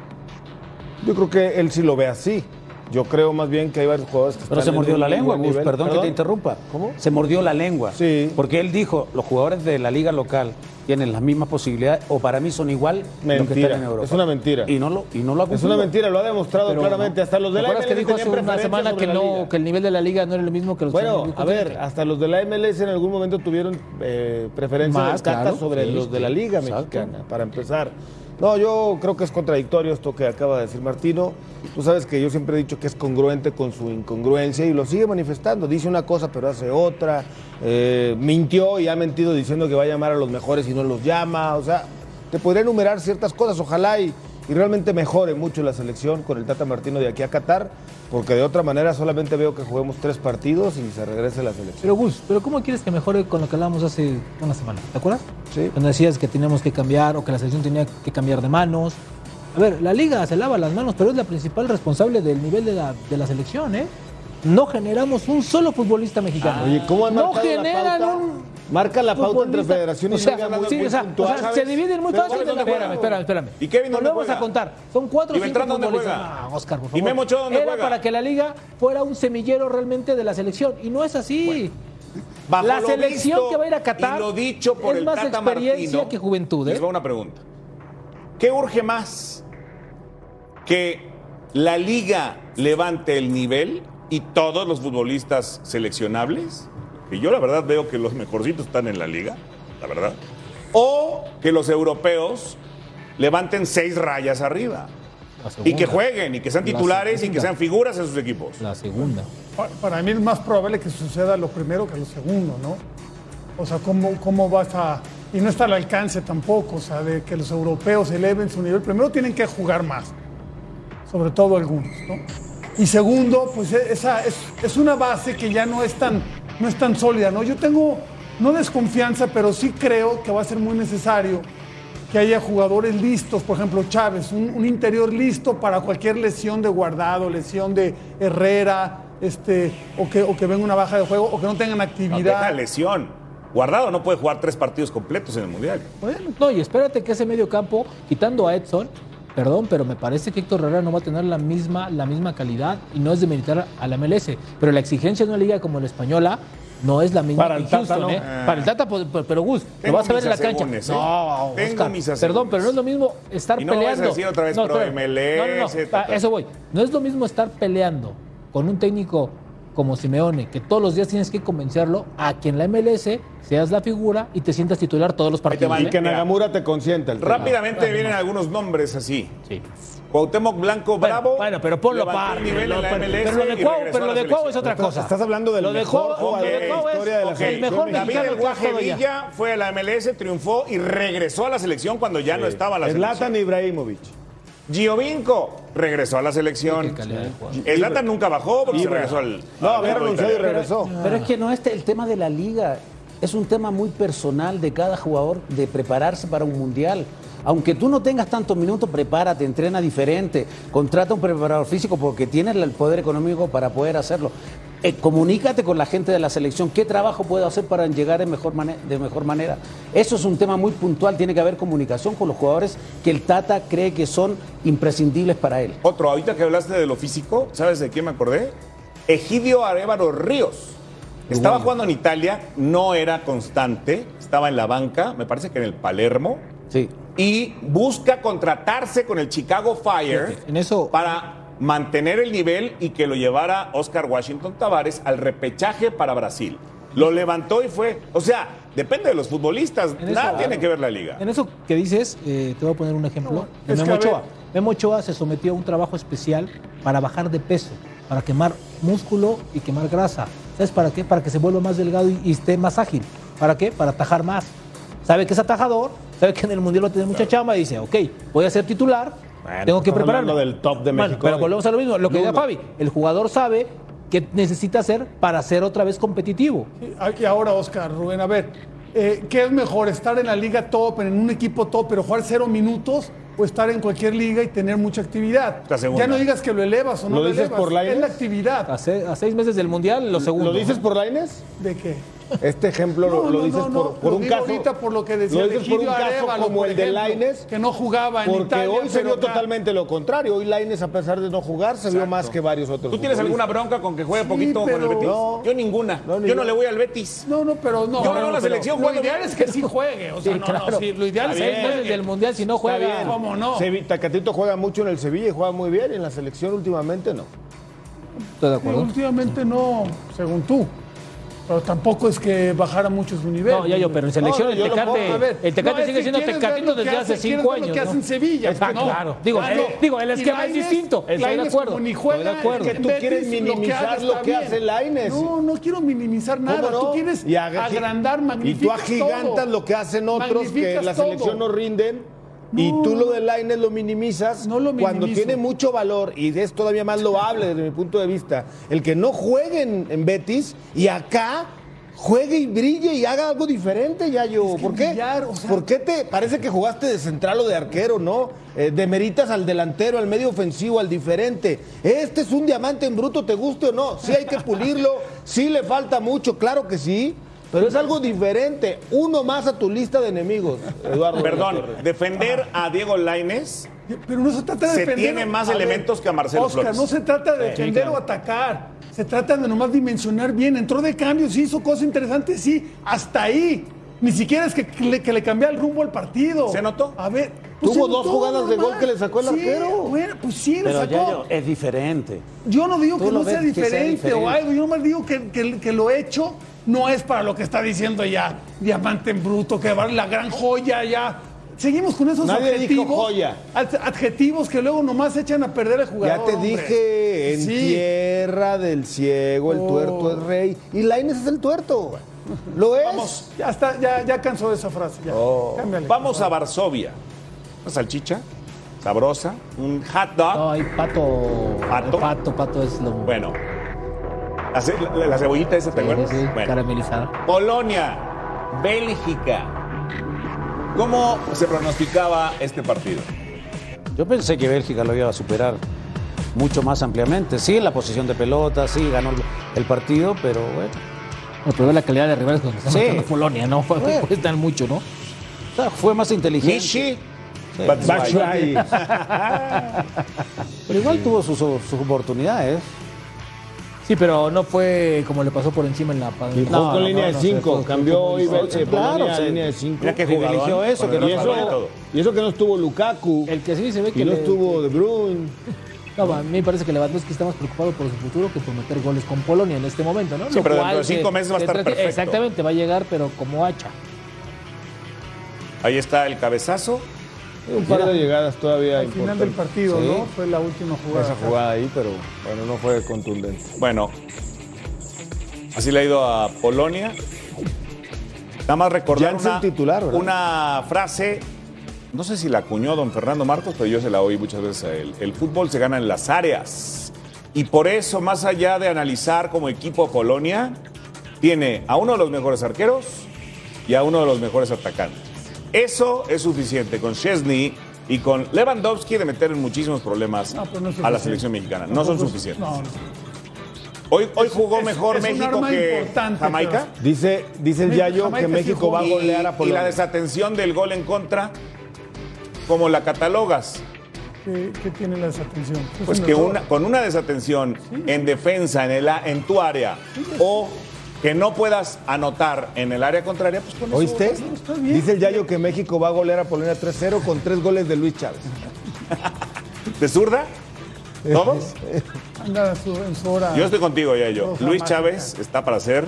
G: Yo creo que él sí lo ve así. Yo creo más bien que hay varios jugadores que
E: Pero
G: están
E: se
G: en
E: mordió
G: un
E: la
G: muy
E: lengua,
G: buen
E: Gus,
G: nivel.
E: perdón, que te interrumpa.
G: ¿Cómo?
E: Se mordió la lengua.
G: Sí.
E: Porque él dijo, los jugadores de la liga local tienen las mismas posibilidades o para mí son igual los que
G: Mentira,
E: están en Europa.
G: es una mentira.
E: Y no lo, y no lo ha
G: Es una
E: cumplido.
G: mentira, lo ha demostrado
F: Pero
G: claramente.
F: no.
G: Hasta los de
F: ¿Te
G: la MLS
F: acuerdas que dijo hace
G: tenían
F: una
G: preferencia
F: semana
G: sobre
F: que
G: la
F: no
G: liga?
F: que el nivel de la liga no era el mismo que los
G: Bueno,
F: que-
G: a ver, hasta los de la MLS en algún momento tuvieron eh, preferencia
F: Más,
G: del Tata
F: claro.
G: sobre
F: Sí,
G: los de la
F: sí,
G: Liga
F: exacto.
G: Mexicana, para empezar. No, yo creo que es contradictorio esto que acaba de decir Martino. Tú sabes que yo siempre he dicho que es congruente con su incongruencia y lo sigue manifestando. Dice una cosa pero hace otra. Eh, mintió y ha mentido diciendo que va a llamar a los mejores y no los llama. O sea, te podría enumerar ciertas cosas. Ojalá y, y realmente mejore mucho la selección con el Tata Martino de aquí a Qatar, porque de otra manera solamente veo que juguemos tres partidos y se regrese la selección.
F: Pero Gus, ¿pero cómo quieres que mejore con lo que hablábamos hace una semana? ¿Te acuerdas?
G: Sí.
F: Cuando decías que teníamos que cambiar o que la selección tenía que cambiar de manos. A ver, la liga se lava las manos, pero es la principal responsable del nivel de la, de la selección, ¿eh? No generamos un solo futbolista mexicano.
G: Oye, ¿cómo han
F: No
G: marcado la
F: generan
G: pauta?
F: un...
G: Marca la pauta
F: futbolista.
G: entre federación y
F: O sea,
G: liga muy-
F: sí,
G: muy
F: o sea,
G: puntual,
F: o sea,
G: ¿sabes?
F: se dividen muy
G: Pero
F: fácil.
G: bueno,
F: Espérame,
G: bueno.
F: espérame, espérame.
C: ¿Y Kevin dónde
F: Volvemos
C: juega?
F: a contar. Son cuatro
C: ¿Y
F: o cinco
C: Beltrán dónde
F: futbolistas.
C: juega?
F: No, Ah, Oscar, por
C: ¿Y
F: favor.
C: Memo Ochoa dónde
F: Era
C: juega?
F: para que la liga fuera un semillero realmente de la selección. Y no es así.
C: Bajo
F: la
C: lo
F: selección
C: visto
F: que va a ir a Qatar
C: y lo dicho por
F: es
C: el
F: más
C: Tata
F: experiencia
C: Martino,
F: que juventud. ¿eh?
C: Les va una pregunta. ¿Qué urge más? ¿Que la liga levante el nivel y todos los futbolistas seleccionables? Que yo la verdad veo que los mejorcitos están en la liga, la verdad. O que los europeos levanten seis rayas arriba. Y que jueguen, y que sean
F: La
C: titulares, y que
F: segunda.
C: sean figuras en sus equipos.
F: La segunda.
D: Pa- Para mí es más probable que suceda lo primero que lo segundo, ¿no? O sea, ¿cómo, cómo vas a...? Y no está al alcance tampoco, o sea, de que los europeos eleven su nivel. Primero tienen que jugar más, sobre todo algunos, ¿no? Y segundo, pues e- esa es, es una base que ya no es, tan, no es tan sólida, ¿no? Yo tengo, no desconfianza, pero sí creo que va a ser muy necesario que haya jugadores listos, por ejemplo Chávez, un, un interior listo para cualquier lesión de guardado, lesión de Herrera, este, o, que, o que venga una baja de juego, o que no tengan
C: No, deja
D: actividad.
C: lesión. Guardado no puede jugar tres partidos completos en el Mundial.
F: Bueno, no, y espérate que ese medio campo, quitando a Edson, perdón, pero me parece que Héctor Herrera no va a tener la misma, la misma calidad y no es de militar a la MLS. Pero la exigencia de una liga como la española no es la misma
G: Para
F: que
G: el
F: en
G: Tata,
F: Houston,
G: no. Ah.
F: ¿eh? Para el Tata, pues, pero, pero, Gus, lo
C: Tengo
F: vas a ver
C: mis
F: en la cancha.
C: asegúnes, ¿eh?
F: No,
C: Tengo
F: Oscar,
C: mis asegúnes.
F: perdón, pero no es lo mismo estar
C: Y no me vayas a
F: peleando.
C: decir otra vez, pero
F: espérame.
C: MLS,
F: no, no,
C: ta,
F: no,
C: ta.
F: a eso voy. No es lo mismo estar peleando con un técnico como Simeone, que todos los días tienes que convencerlo a que en la MLS seas la figura y te sientas titular todos los
C: Ahí te
F: partidos.
C: va,
F: ¿eh?
G: Y que Nagamura te consienta. el tema.
C: Rápidamente vienen algunos nombres así.
F: Sí.
C: Cuauhtémoc Blanco
F: Bueno,
C: Bravo.
F: bueno, pero ponlo
C: levantó
F: par.
C: el nivel
F: ¿no?
C: en la
F: Pero-
C: MLS
F: pero lo
C: y
F: de Cuau,
C: regresó a
F: pero
C: la
F: lo de Cuau es
C: selección.
F: otra cosa.
G: Estás hablando del
F: Lo de
G: mejor
F: Cuau-
G: jugador
F: lo de
G: de la
F: Cuau es-
G: historia de
F: ok,
G: la
C: El
G: selección
C: mejor
F: mexicano
C: David el
F: que ha
C: Guaje
F: estado allá.
C: Villa fue a la MLS, triunfó y regresó a la selección cuando ya no estaba la
G: Zlatan
C: selección.
G: Ibrahimovic.
C: Giovinco regresó a la selección.
F: calidad de jugador.
C: El Zlatan nunca bajó porque se regresó al.
G: No,
C: al
G: había
C: equipo
G: renunciado y
C: italiano.
G: regresó.
E: Pero es que no este el tema de la liga. Es un tema muy personal de cada jugador de prepararse para un mundial. Aunque tú no tengas tantos minutos, prepárate, entrena diferente, contrata un preparador físico porque tienes el poder económico para poder hacerlo. Eh, comunícate con la gente de la selección, qué trabajo puedo hacer para llegar de mejor, mane- de mejor manera. Eso es un tema muy puntual, tiene que haber comunicación con los jugadores que el Tata cree que son imprescindibles para él.
C: Otro, ahorita que hablaste de lo físico, ¿sabes de quién me acordé? Egidio Arevaro Ríos. Estaba jugando en Italia, no era constante, estaba en la banca, me parece que en el Palermo,
E: Sí.
C: y busca contratarse con el Chicago Fire
F: Fíjate, en eso-
C: para mantener el nivel y que lo llevara Oscar Washington Tavares al repechaje para Brasil. Lo levantó y fue, o sea, depende de los futbolistas,
F: En eso,
C: nada
F: claro.
C: tiene que ver la liga.
F: En eso que dices, eh, te voy a poner un ejemplo de
D: es que
F: Memo
D: a ver-
F: Ochoa. Memo Ochoa se sometió a un trabajo especial para bajar de peso, para quemar músculo y quemar grasa. ¿Sabes para qué? Para que se vuelva más delgado y, y esté más ágil. ¿Para qué? Para atajar más. Sabe que es atajador, sabe que en el Mundial va a tener mucha chamba y dice, ok, voy a ser titular,
G: Bueno,
F: tengo que
G: estás
F: prepararme.
G: hablando del top de
F: Bueno,
G: México
F: pero
G: hoy.
F: volvemos a lo mismo, lo que decía
G: Lulo.
F: Fabi, el jugador sabe qué necesita hacer para ser otra vez competitivo.
D: Y ahora, Oscar, Rubén, a ver, eh, ¿qué es mejor, estar en la liga top, en un equipo top, pero jugar cero minutos? o estar en cualquier liga y tener mucha actividad.
C: La segunda.
D: Ya no digas que lo elevas o no
G: ¿Lo
D: lo,
G: dices
D: elevas.
G: por Lainez?
D: es la actividad.
F: A, se-
G: ah.
F: a seis meses del Mundial, lo segundo.
G: ¿Lo dices por Laines?
D: ¿De qué?
G: Este ejemplo lo-
D: No,
G: lo
D: no,
G: dices
D: no, no,
G: por, por
D: lo
G: un
D: digo
G: caso.
D: ahorita por lo que decía
G: lo
D: de
G: dices por un
D: Egidio
G: caso
D: Arevalo,
G: como
D: por
G: el de
D: ejemplo,
G: Laines.
D: que no jugaba en
G: Porque
D: Italia,
G: hoy se
D: pero
G: vio
D: acá-
G: totalmente lo contrario. Hoy Laines, a pesar de no jugar, se vio más que varios otros.
C: ¿Tú tienes alguna
G: futbolistas.
C: bronca con que juegue
D: Sí,
C: poquito con el
D: pero-
C: Betis?
G: No.
C: yo ninguna.
G: No, ni
C: yo no
G: yo.
C: le voy al Betis.
D: No, no, pero no.
C: Yo veo
D: no,
C: la selección
D: Lo
C: jugando
D: ideal
C: bien.
D: es que sí juegue. O sea,
F: Sí,
D: no,
F: claro.
D: no, sí, lo ideal
F: A
D: es
F: seis
D: que
F: meses del Mundial, si no
G: Está
F: juega.
G: bien.
D: ¿Cómo no?
G: Sevi- Tecatito juega mucho en el Sevilla y juega muy bien. En la selección últimamente no.
F: Estoy de
D: Sí, últimamente no, según tú. Pero tampoco es que bajara mucho su nivel.
F: No, ya yo, pero en selección
G: No, no, yo
F: el
G: lo
F: Tecate,
G: pongo,
D: A ver,
F: el Tecate
D: no, es
F: sigue
D: que
F: siendo
D: quieres ver
F: Tecatito
D: lo que
F: desde
D: hace,
F: hace
D: quieres
F: cinco
D: ver
F: años.
D: Lo que hace
F: ¿no?
D: en Sevilla.
F: Está
D: no.
F: claro. Digo,
D: Ah,
F: el-
D: no.
F: digo, el esquema
D: Y
F: es
D: Lainez-
F: distinto, estoy de
D: Lainez
F: acuerdo.
D: como ni
F: Estoy
D: juega,
F: de acuerdo.
D: que
F: Es
G: que tú
D: Betis,
G: quieres
D: lo que
G: minimizar
D: haga
G: lo
D: está
G: que
D: bien.
G: hace Lainez.
D: No, no quiero minimizar nada.
G: ¿Cómo no?
D: Tú quieres
G: Y agi-
D: agrandar, magnificar.
G: Y tú agigantas lo que hacen otros que en la selección no rinden. Y
D: No.
G: tú lo de Laines lo minimizas
D: No lo
G: cuando
D: minimizo.
G: tiene mucho valor y es todavía más loable desde mi punto de vista el que no juegue en, en Betis y acá juegue y brille y haga algo diferente ya yo
D: que
G: ¿por qué?
D: brillar, o sea-
G: ¿por qué te parece que jugaste de central o de arquero no Eh, demeritas al delantero al medio ofensivo al diferente este es un diamante en bruto te guste o no sí hay que pulirlo sí le falta mucho claro que sí Pero es algo diferente. Uno más a tu lista de enemigos, Eduardo.
C: Perdón, defender a Diego Laines
D: Pero no se trata de
C: Se
D: defender.
C: tiene más
D: A ver,
C: elementos que a Marcelo
D: Oscar,
C: Flores.
D: no se trata de
C: Sí,
D: defender
C: claro.
D: o atacar. Se trata de nomás dimensionar bien. Entró de cambio, sí hizo cosas interesantes, sí. Hasta ahí. Ni siquiera es que le, que le cambiara el rumbo al partido.
G: ¿Se notó?
D: A ver. pues
G: Tuvo
D: se
G: dos
D: notó,
G: jugadas de
D: normal.
G: gol que le sacó el
D: Sí,
G: arquero.
D: Bueno, pues sí, le
E: Pero
D: sacó.
E: Yayo, es diferente.
D: Yo no digo
E: Tú
D: que
E: lo
D: no sea
E: ves que sea
D: diferente, o
E: diferente.
D: algo, yo nomás digo que, que- que lo hecho no es para lo que está diciendo ya diamante en bruto, que va la gran joya ya. Seguimos con esos
G: Nadie dijo
D: adjetivos.
G: joya.
D: ad- Adjetivos que luego nomás echan a perder al
G: Ya
D: jugador.
G: te
D: hombre.
G: dije, en
D: Sí. Oh.
G: tierra del ciego, el tuerto es rey. Y Laines es el tuerto. Lo es.
D: Vamos, ya está, ya, Ah, ya cansó de esa frase. ya. Cámbiale.
C: Oh. Vamos a Varsovia. Una salchicha sabrosa, un hot dog.
F: No, hay pato.
C: ¿Pato?
F: Pato, pato es lo.
C: Bueno, la, ce- la- la cebollita esa, ¿te
F: Sí,
C: acuerdas?
F: sí,
C: Bueno.
F: caramelizada.
C: Polonia, Bélgica. ¿Cómo se pronosticaba este partido?
E: Yo pensé que Bélgica lo iba a superar mucho más ampliamente. Sí, en la posición de pelota, sí, ganó el, el partido, pero bueno.
F: Bueno, pero ve la calidad de rivales con los que está
E: Sí.
F: metiendo Polonia, ¿no?
E: Bueno.
F: Cuestan mucho, ¿no?
E: o sea, fue más inteligente.
C: Nishi,
E: Sí.
G: Batshuayi.
E: Pero igual tuvo sus, sus oportunidades.
F: Sí, pero no fue como le pasó por encima en la
G: Y jugó
F: No,
G: con
F: no,
G: línea
F: no,
G: de
F: no, fue-
G: 5.
F: fue-
G: Cambió
F: fue-
G: hoy
F: fue-
G: Belche
E: claro,
G: Polonia a
E: sí.
G: línea de 5.
C: Mira que jugador,
E: eso, que
C: con
E: no
C: el
G: y,
C: balón y
G: eso,
C: todo.
G: y eso que no estuvo Lukaku.
F: El que sí se ve que
G: y no
F: le-
G: estuvo De Bruyne.
F: No, a mí me parece que Lewandowski está más preocupado por su futuro que por meter goles con Polonia en este momento, ¿no?
C: Sí, pero dentro de cinco meses va a estar
F: dentro de-
C: perfecto.
F: Exactamente, va a llegar, pero como hacha.
C: Ahí está el cabezazo.
G: Un par de llegadas todavía
D: Al final del partido, ¿no? Fue la última jugada.
G: Esa jugada ahí, pero bueno, no fue contundente.
C: Bueno, así le ha ido a Polonia. Nada más recordar
G: Jansen
C: una,
G: titular, ¿verdad?
C: una frase, no sé si la acuñó don Fernando Marcos, pero yo se la oí muchas veces a él. El fútbol se gana en las áreas. Y por eso, más allá de analizar como equipo a Polonia, tiene a uno de los mejores arqueros y a uno de los mejores atacantes. Eso es suficiente con Chesney y con Lewandowski de meter en muchísimos problemas
D: No, pero no es
C: a la
D: suficiente.
C: selección mexicana. No son
D: Tampoco es-
C: suficientes.
D: No, no.
C: Hoy, hoy jugó
D: es-
C: mejor
D: es un
C: México
D: arma
C: que
D: importante,
C: Jamaica.
D: claro.
G: Dice, dice el
D: Jamaica-
G: Yayo
D: Jamaica
G: que
D: sí
G: México
D: jugó.
G: va a golear a
C: Y la
G: Polonia.
C: desatención del gol en contra, ¿cómo la catalogas?
D: ¿Qué, qué tiene la desatención? Es
C: Pues
D: un
C: que
D: error.
C: una, con una desatención en defensa en, el, a- en tu área o que no puedas anotar en el área contraria, pues con eso
G: ¿Oíste?
C: vas,
D: está bien.
G: Dice el Yayo que México va a golear a Polonia 3-0 con tres goles de Luis Chávez.
C: ¿no? ¿De zurda? ¿Todos?
D: Anda en su, en su hora.
C: Yo estoy contigo, ya yo.
D: No, jamás,
C: Luis Chávez está para ser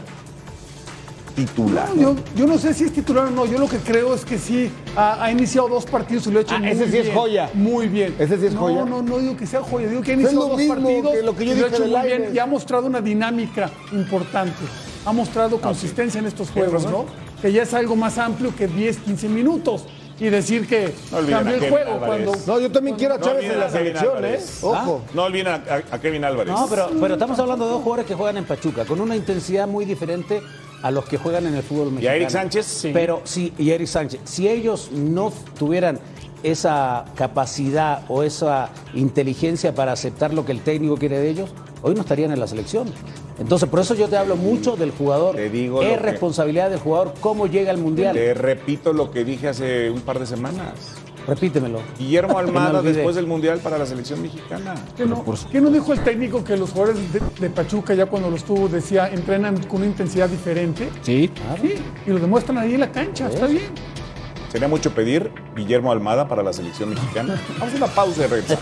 C: titular.
D: No, Ah, Yo, yo no sé si es titular o no. Yo lo que creo es que sí ha, ha iniciado dos partidos y lo ha hecho
G: Ah,
D: muy
G: ese sí es
D: bien,
G: joya.
D: Muy bien.
G: Ese sí es
D: no,
G: joya.
D: No, no digo que sea joya. Digo que ha
G: Es
D: iniciado
G: lo
D: dos
G: mismo
D: partidos
G: que lo que yo
D: y lo ha
G: dije
D: hecho
G: del
D: muy
G: aire.
D: bien y ha mostrado una dinámica importante. Ha mostrado consistencia en estos juegos, ¿no? Que ya es algo más amplio que 10, 15 minutos. Y decir que
C: No olviden
D: cambió
C: a
D: el
C: Kevin
D: juego
C: Álvarez.
D: cuando...
G: No, yo también quiero a
C: No
G: Chávez
C: olviden
G: en
C: a
G: la
C: Kevin
G: selección, ¿eh?
C: Álvarez. Ah.
G: Ojo.
C: No olviden a, a- a Kevin Álvarez.
E: No, pero, pero estamos hablando de dos jugadores que juegan en Pachuca, con una intensidad muy diferente a los que juegan en el fútbol mexicano.
C: Eric Sánchez? Sí.
E: Pero sí, y Eric Sánchez. Si ellos no tuvieran esa capacidad o esa inteligencia para aceptar lo que el técnico quiere de ellos, hoy no estarían en la selección. Entonces, por eso yo te hablo mucho del jugador.
C: Te digo lo
E: es
C: que-
E: responsabilidad del jugador cómo llega al Mundial.
C: Te repito lo que dije hace un par de semanas.
E: Repítemelo.
C: Guillermo
E: Me
C: Almada
E: olvidé.
C: después del Mundial para la selección mexicana.
D: ¿Qué Ah, no, qué no dijo el técnico que los jugadores de, de Pachuca ya cuando los tuvo decía entrenan con una intensidad diferente?
F: Sí.
D: Sí, y lo demuestran ahí en la cancha, está bien.
C: ¿Sería mucho pedir Guillermo Almada para la selección mexicana? Vamos a una pausa y regresamos.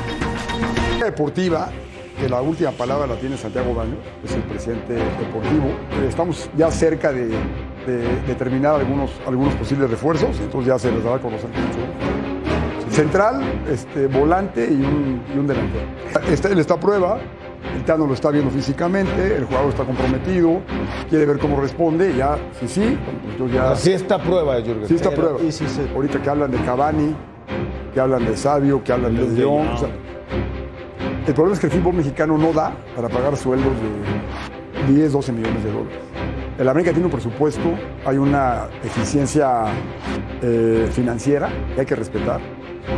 J: deportiva, que la última palabra la tiene Santiago Baño, que es el presidente deportivo. Eh, Estamos ya cerca de, de- de terminar algunos, algunos posibles refuerzos, entonces ya se les dará a conocer. mucho. Central, este, volante y un, y un delantero. Está, él está a prueba, El Tano lo está viendo físicamente, el jugador está comprometido, quiere ver cómo responde, ya, sí, sí. Entonces ya,
G: Así está a prueba, Jürgen.
J: Sí está a
G: Pero-
J: prueba. Ahorita que hablan de Cavani, que hablan de Sabio, que hablan de
G: Luke de
J: León.
G: Jong.
J: o sea, el problema es que el fútbol mexicano no da para pagar sueldos de 10, 12 millones de dólares. El América tiene un presupuesto, hay una eficiencia eh, financiera que hay que respetar.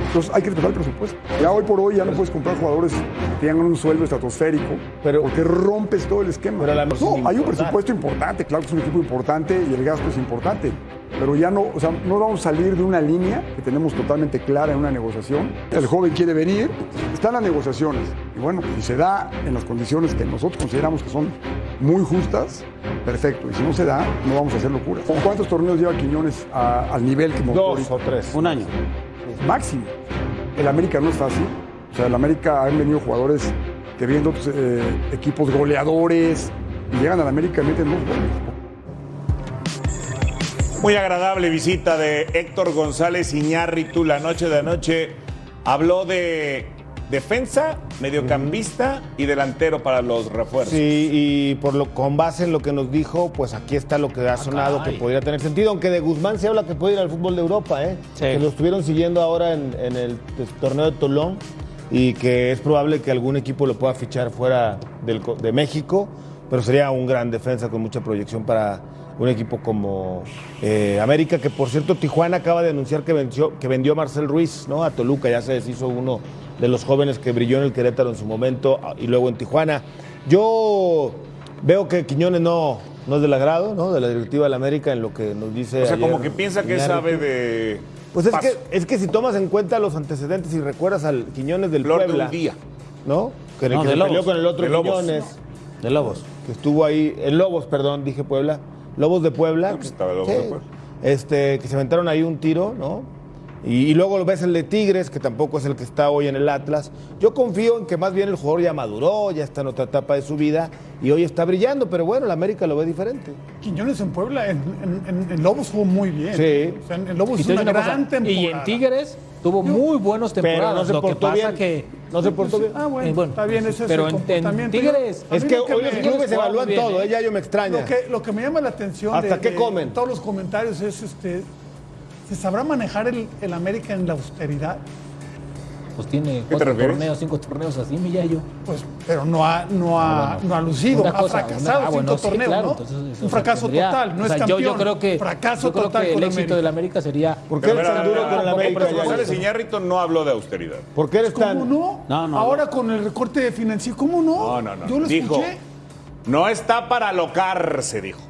J: Entonces hay que respetar el presupuesto. Ya hoy por hoy ya no puedes comprar jugadores que tengan un sueldo estratosférico porque rompes todo el esquema.
G: Pero la-
J: no, hay un presupuesto importante, claro que es un equipo importante y el gasto es importante. Pero ya no, o sea, no vamos a salir de una línea que tenemos totalmente clara en una negociación. El joven quiere venir, están las negociaciones. Y bueno, si se da en las condiciones que nosotros consideramos que son muy justas, perfecto. Y si no se da, no vamos a hacer locuras. ¿Con cuántos torneos lleva Quiñones a- al nivel que mostró
G: Dos o tres.
J: Un año. Máximo. El América no es fácil. O sea, el América han venido jugadores que viendo otros, eh, equipos goleadores y llegan al América y meten dos goles.
C: Muy agradable visita de Héctor González Iñárritu la noche de anoche. Habló de defensa, mediocampista y delantero para los refuerzos.
G: Sí, y por lo, con base en lo que nos dijo, pues aquí está lo que ha sonado
C: caray.
G: que podría tener sentido. Aunque de Guzmán se habla que puede ir al fútbol de Europa, ¿eh? Que lo estuvieron siguiendo ahora en, en el t- torneo de Tolón y que es probable que algún equipo lo pueda fichar fuera del co- de México, pero sería un gran defensa con mucha proyección para un equipo como eh, América, que por cierto Tijuana acaba de anunciar que, venció- que vendió a Marcel Ruiz ¿no? a Toluca, ya se deshizo uno de los jóvenes que brilló en el Querétaro en su momento ah, y luego en Tijuana. Yo veo que Quiñones no, no es del agrado ¿no? de la directiva de la América en lo que nos dice.
C: O sea,
G: ayer
C: como que piensa que
G: Iñárritu.
C: sabe de.
G: Pues es
C: paso.
G: que, es que si tomas en cuenta los antecedentes y recuerdas al Quiñones del
C: Flor de
G: Puebla.
C: un día.
G: ¿No? Que,
C: No,
G: que
C: de
G: se
C: Lobos.
G: peleó con el otro
C: De Lobos.
G: Quiñones.
E: De Lobos.
G: Que estuvo ahí. En Lobos, perdón, dije Puebla. Lobos de Puebla.
C: Lobos
G: Sí.
C: de Puebla.
G: Este, que se aventaron ahí un tiro, ¿no? Y, y luego lo ves el de Tigres, que tampoco es el que está hoy en el Atlas. Yo confío en que más bien el jugador ya maduró, ya está en otra etapa de su vida y hoy está brillando, pero bueno, la América lo ve diferente.
H: Quiñones en Puebla, en, en- en- en Lobos jugó muy bien.
G: Sí.
H: O sea, en en Lobos
G: Y
H: es
G: te
H: una,
G: digo una cosa,
H: gran temporada.
F: Y en Tigres tuvo muy buenos
H: Pero
F: temporadas.
H: no se
F: Lo que
H: portó
F: pasa
H: bien.
F: que- eh,
H: No se portó bien. Ah, bueno, está bien, ese es
F: pero
H: el
F: en- en
H: comportamiento.
F: Tigres.
H: A mí
G: Es que
H: lo
G: hoy los
H: me-
G: clubes evalúan
H: jugaron
G: todo,
H: ¿eh?
G: ¿eh? Ya yo me extraño.
H: Lo que, lo que me llama la atención
G: ¿Hasta qué comen?
H: todos los comentarios es este. ¿Se sabrá manejar el, el América en la austeridad?
F: Pues tiene
H: te
F: cuatro
H: refieres?
F: torneos, cinco torneos así, mi Yayo.
H: Pues, pero no ha, no ha, no ha lucido,
F: Ah, Una
H: ha
F: cosa,
H: fracasado
F: una- ah, bueno,
H: cinco
F: sí,
H: torneos,
F: claro,
H: ¿no?
F: entonces, eso
H: Un fracaso
F: tendría-
H: total, no
F: o sea,
H: es
F: yo-
H: campeón.
F: Yo, creo que,
H: fracaso
F: yo creo
H: total
F: que el
H: con
F: éxito
H: América.
F: del América sería.
G: ¿Por
C: Pero a ver, a ver, a ver, Héctor González Iñárritu no habló de austeridad.
G: ¿Por qué eres
H: Pues, ¿Cómo no?
C: No, no,
H: Ahora con el recorte financiero, ¿cómo no?
C: No, no, no.
H: Yo lo
C: dijo,
H: escuché.
C: no está para alocarse, dijo.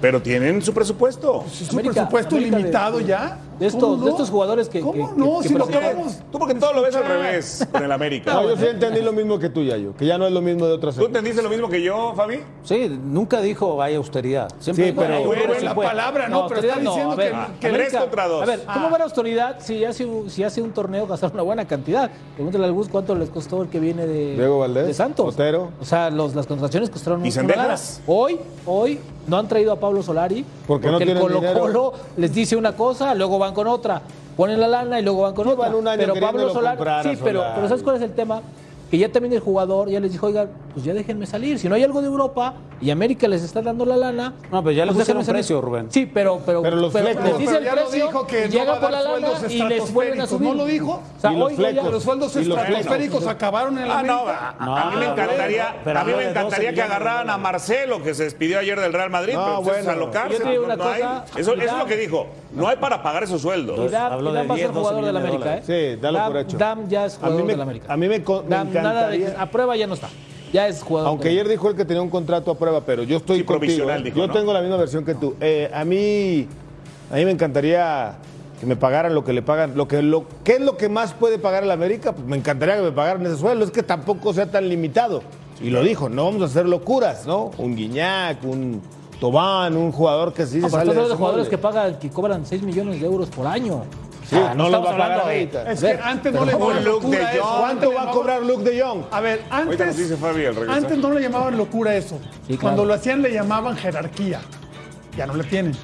C: Pero tienen su presupuesto.
H: Pues Es un presupuesto limitado ya.
F: De estos,
H: ¿Cómo no?
F: de estos jugadores que.
H: ¿Cómo no? Si lo
C: presentaron.
H: queremos.
C: Tú porque todo lo ves al revés con el América.
G: No, yo sí entendí lo mismo que tú, Yayo, que ya no es lo mismo de otras
C: ¿Tú entendiste lo mismo que yo, Fabi?
E: Sí, nunca dijo hay austeridad. Siempre
G: Sí,
E: dijo,
G: pero-
E: "Hay un
G: Bueno,
E: presupuesto".
G: la palabra,
H: no, pero está
F: autoridad
H: diciendo
F: a ver,
H: que-
F: ah,
H: que
F: América-
H: tres contra dos.
F: A ver, ¿cómo va la autoridad si hace, un- si hace un torneo gastar una buena cantidad? Pregúntale al Gus cuánto les costó el que viene de,
G: Diego Valdés,
F: de Santos. O sea, los, las contrataciones costaron
G: ¿Y
F: una
G: Cendejas?
F: nada. Hoy, hoy no han traído a Pablo Solari
G: Porque no
F: el
G: tienen
F: Colo
G: dinero.
F: Colo les dice una cosa, luego van con otra. Ponen la lana y luego van con otra.
G: un año
F: pero
G: queriéndolo
F: Pablo Solari.
G: comprar a
F: Sí, pero,
G: Solari.
F: pero ¿sabes cuál es el tema? Que ya también el jugador ya les dijo, oigan, pues ya déjenme salir. Si no hay algo de Europa y América les está dando la lana.
E: No, pero ya le
F: pues
E: pusieron
F: déjenme salir.
E: precio, Rubén.
F: Sí, pero, pero,
E: Pero los flecos.
F: les dice
H: Pero
F: el
H: ya lo
F: precio,
H: dijo que
F: y
H: no
F: llega
H: va a
F: por la
H: dar
F: lana
H: sueldos
F: y les vuelven a
H: estratosféricos,
F: subir.
H: ¿no lo dijo?
F: O sea,
H: Y los
F: hoy ya-
H: flecos. Los sueldos
F: Y los
H: estratosféricos
F: flecos.
H: acabaron en la
C: Ah, no,
H: América.
C: a, a- a mí me
H: No,
C: encantaría,
H: pero- pero
C: a mí
H: habló
C: me
H: de 12
C: encantaría que
H: millones de
C: agarraran a Marcelo, que se despidió ayer del Real Madrid,
F: No,
C: pero pues, ustedes
F: bueno.
C: alocarse,
F: Yo te digo
C: no-
F: una
C: no
F: cosa,
C: hay. Eso,
F: y
C: eso es
F: Dan-
C: lo que dijo. No hay para pagar esos sueldos.
F: Y Dan- Habló y Dan de va a 10, ser 12 jugador de la millones de América, dólares. ¿eh?
G: Sí, dalo
F: Dam-
G: por hecho.
F: Dam ya es jugador
G: a mí me,
F: de la América.
G: A mí me, co- me
F: Dam, nada de-
G: encantaría.
F: a prueba ya no está. Ya es jugador.
G: Aunque ayer dijo él que tenía un contrato a prueba, pero yo estoy
F: Sí,
G: contigo,
F: provisional
G: ¿eh?
F: dijo,
G: Yo
F: ¿no?
G: tengo la misma versión que tú. Eh, a mí a mí me encantaría que me pagaran lo que le pagan, lo que lo qué es lo que más puede pagar el América? Pues me encantaría que me pagaran ese sueldo, es que tampoco sea tan limitado. Y lo dijo, no vamos a hacer locuras, ¿no? Un Guiñac, un Tobán, un jugador que sí
F: No,
G: se
F: pero
G: sale
F: todos
G: de
F: los
G: su
F: jugadores
G: molde.
F: que pagan, que cobran 6 millones de euros por año.
G: Sí, no los
F: estamos
G: va a pagar
F: hablando de-
G: ahorita.
H: Es que
F: Ver,
H: antes no
F: pero
H: le
F: ¿cómo
H: llamaban
F: el look
H: locura
F: de
H: eso.
F: John?
H: Antes le
G: ¿Cuánto va a
H: llamaban-
G: cobrar Luke de Jong?
H: A ver,
C: Ahorita nos dice
H: antes,
C: Fabi al regresar.
H: antes no le llamaban locura eso.
C: claro.
H: Cuando lo hacían le llamaban jerarquía. Ya no le tienen.
F: ¿eh?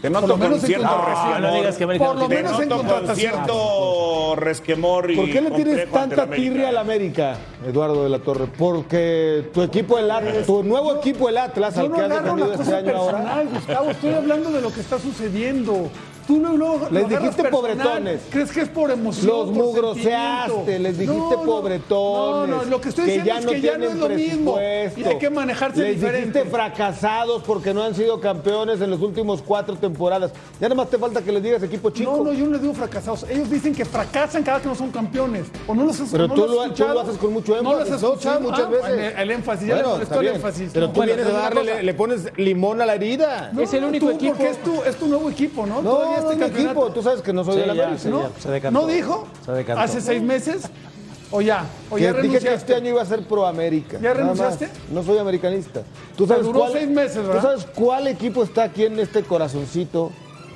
C: Te noto
D: Por lo
C: con
D: menos en
C: cierto
D: contratación.
C: resquemor.
D: No digas que América
C: Por
D: no
C: lo
D: tiene.
C: menos
D: Te
C: en
D: noto con
C: contratación.
D: cierto
C: cierto resquemor y
G: ¿Por qué le tienes
C: complejo ante
G: tanta
C: la América?
G: tirria a la América, Eduardo de la Torre? Porque tu equipo, el Atlas, tu nuevo equipo, el Atlas,
D: Yo
G: al
D: no
G: que has
D: agarro
G: defendido
D: la
G: este
D: cosa
G: año ahora.
D: personal, Gustavo. Estoy hablando de lo que está sucediendo. Tú no lo, lo
G: Les
D: agarras
G: dijiste
D: personal.
G: pobretones.
D: ¿Crees que es por emoción?
G: Los
D: por
G: mugroseaste,
D: sentimiento?
G: les dijiste pobretones,
D: No, no, lo que estoy
G: que
D: diciendo
G: ya
D: es
G: no
D: que ya no es
G: tienen
D: lo mismo. Y
G: presupuesto.
D: hay que manejarse
G: Les
D: diferente.
G: dijiste fracasados porque no han sido campeones en los últimos cuatro temporadas. Ya nada más te falta que les digas equipo chico.
D: No, no, yo no les digo fracasados. Ellos dicen que fracasan cada vez que no son campeones. O no los has,
G: Pero
D: no
G: tú
D: los has
G: lo- tú
D: escuchado.
G: lo haces con mucho
D: No los
G: énfasis,
D: has
G: ¿no? Sí,
D: escuchado
G: muchas
D: Ah,
G: veces.
D: el, el énfasis, ya
G: Bueno,
D: le molestó
G: está
D: el
G: bien,
D: énfasis.
G: Pero
D: No,
G: tú
D: bueno,
G: vienes a
D: entonces una
G: darle, le,
D: cosa.
G: le pones limón a la herida.
D: No, tú, Porque es tu, es tu nuevo equipo, ¿no?
G: No,
D: Todavía este
G: no es mi
D: campeonato.
G: equipo, tú sabes que no soy Sí, de la ya, América. sí,
D: ¿No?
G: ya, se decantó.
D: ¿No dijo?
G: Se decantó.
D: ¿Hace seis meses? ¿O ya? ¿O ya
G: Que dije que
D: renunciaste?
G: este año iba a ser pro América.
D: ¿Ya
G: nada más.
D: renunciaste?
G: No soy americanista. ¿Tú
D: Te
G: sabes,
D: duró
G: cuál,
D: seis meses, ¿verdad?
G: ¿Tú sabes cuál equipo está aquí en este corazoncito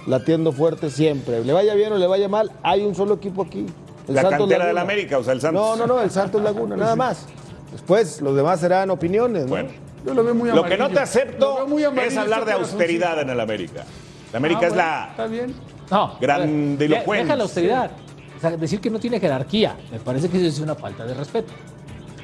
G: latiendo fuerte siempre? Le vaya bien o le vaya mal, hay un solo equipo aquí. El
C: La
G: Santos
C: cantera del
G: Laguna.
C: América, o sea, el Santos.
G: No, no, no, el Santos Laguna, nada más. Después, los demás serán opiniones. ¿no?
D: Yo lo veo muy
C: Lo que no te
D: Lo
C: acepto
D: veo muy amarillo
C: es hablar
D: ese
C: de
D: corazoncito.
C: austeridad en el América. La América
F: Ah,
C: es
F: bueno,
C: la
D: Está bien.
F: No.
C: Grandilocuente.
F: Deja la austeridad. O sea, decir que no tiene jerarquía. Me parece que eso es una falta de respeto.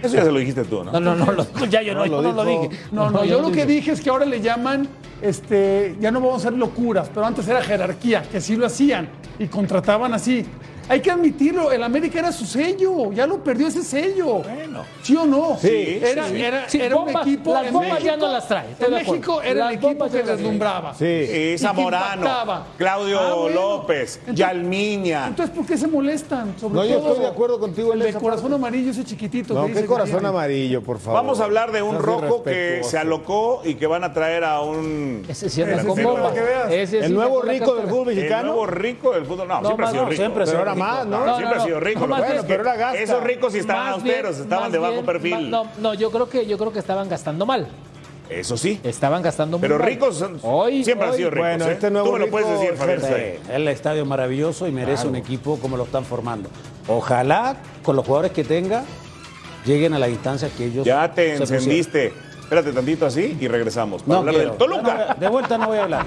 C: Eso ya se lo dijiste tú, ¿no?
F: No, no, no, lo dijo ya yo no, yo no lo dije.
D: No, no, yo lo
F: dije.
D: que dije es que ahora le llaman, este, ya no vamos a hacer locuras, pero antes era jerarquía, que sí lo hacían y contrataban así. Hay que admitirlo, el América era su sello, ya lo perdió ese sello. Bueno. ¿Sí o no?
F: Sí,
D: Era,
F: sí, sí.
D: era,
F: Sí,
D: era
F: bombas,
D: un equipo.
F: las
D: en
F: bombas ya
D: México-
F: no las trae, estoy
D: En
F: de acuerdo.
D: México era
F: Las
D: el equipo
F: bombas
D: que
F: ya no las trae.
D: deslumbraba.
C: Sí,
D: Y que
C: Zamorano,
D: impactaba.
C: Claudio
D: Ah, bueno.
C: López, Yalmiña.
D: Entonces, ¿por qué se molestan? Sobre
G: No, yo
D: todo
G: estoy de acuerdo contigo en
D: El de
G: esa
D: corazón amarillo, ese chiquitito.
G: No,
D: que dice
G: qué
D: que
G: corazón
D: tiene.
G: amarillo, por favor.
C: Vamos a hablar de un
G: Seas
C: roco que
G: irrespetuoso.
C: se alocó y que van a traer a un.
F: Ese sí anda
C: delantero.
F: con bomba. Ese sí
G: El
F: anda
G: nuevo
F: con la
G: rico del
F: cartera.
G: fútbol
C: El
G: mexicano.
C: nuevo rico del fútbol. No,
F: No,
C: siempre ha
F: más
C: sido
F: no,
C: rico.
G: siempre ha sido Pero ahora rico.
H: Ah,
G: más, ¿no?
C: No,
F: No,
C: siempre
F: no,
C: ha sido
F: no.
C: rico.
F: No,
C: Lo
F: más
C: que pasa
F: bien
C: es
F: es
C: que
F: que-
C: Esos ricos sí estaban
F: Más
C: austeros,
F: bien-
C: estaban
F: más
C: de bajo
F: bien-
C: perfil.
F: No, no, yo creo que yo creo que estaban gastando mal.
C: Eso sí.
F: Estaban gastando muy
C: Pero
F: mal.
C: ricos son-
F: Hoy-
C: siempre han
F: hoy-
C: sido ricos.
G: Bueno,
C: ¿eh?
G: este nuevo
C: Tú me lo
G: rico,
C: puedes decir, Javier.
G: jefe.
C: Sainz.
E: Es el estadio maravilloso y merece
C: Claro.
E: un equipo como lo están formando. Ojalá con los jugadores que tenga lleguen a la distancia que ellos.
C: Ya te
E: se pusieron.
C: encendiste. Espérate tantito así y regresamos. Para
E: No
C: hablar
E: quiero.
C: del Toluca.
E: Ya no voy a- de vuelta no voy a hablar.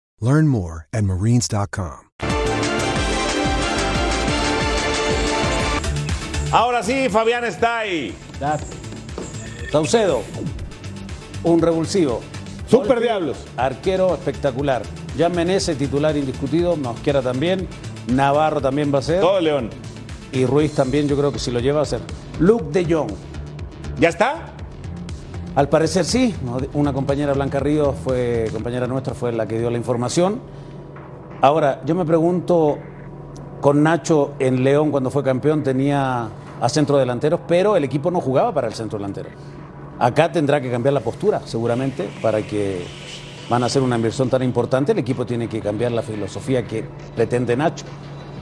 K: Learn more at marines.com.
C: Ahora sí, Fabián está ahí.
E: Saucedo, un revulsivo.
G: Super Diablos.
E: Arquero espectacular. Jan Menezes, titular indiscutido. Mosquera también. Navarro también va a ser.
C: Todo León.
E: Y Ruiz también, yo creo que si lo lleva va a ser. Luke de Jong.
C: ¿Ya está?
E: Al parecer sí. Una compañera Blanca Ríos fue, compañera nuestra, fue la que dio la información. Ahora, yo me pregunto, con Nacho en León cuando fue campeón tenía a centro delanteros, pero el equipo no jugaba para el centro delantero. Acá tendrá que cambiar la postura, seguramente, para que van a hacer una inversión tan importante. El equipo tiene que cambiar la filosofía que pretende Nacho,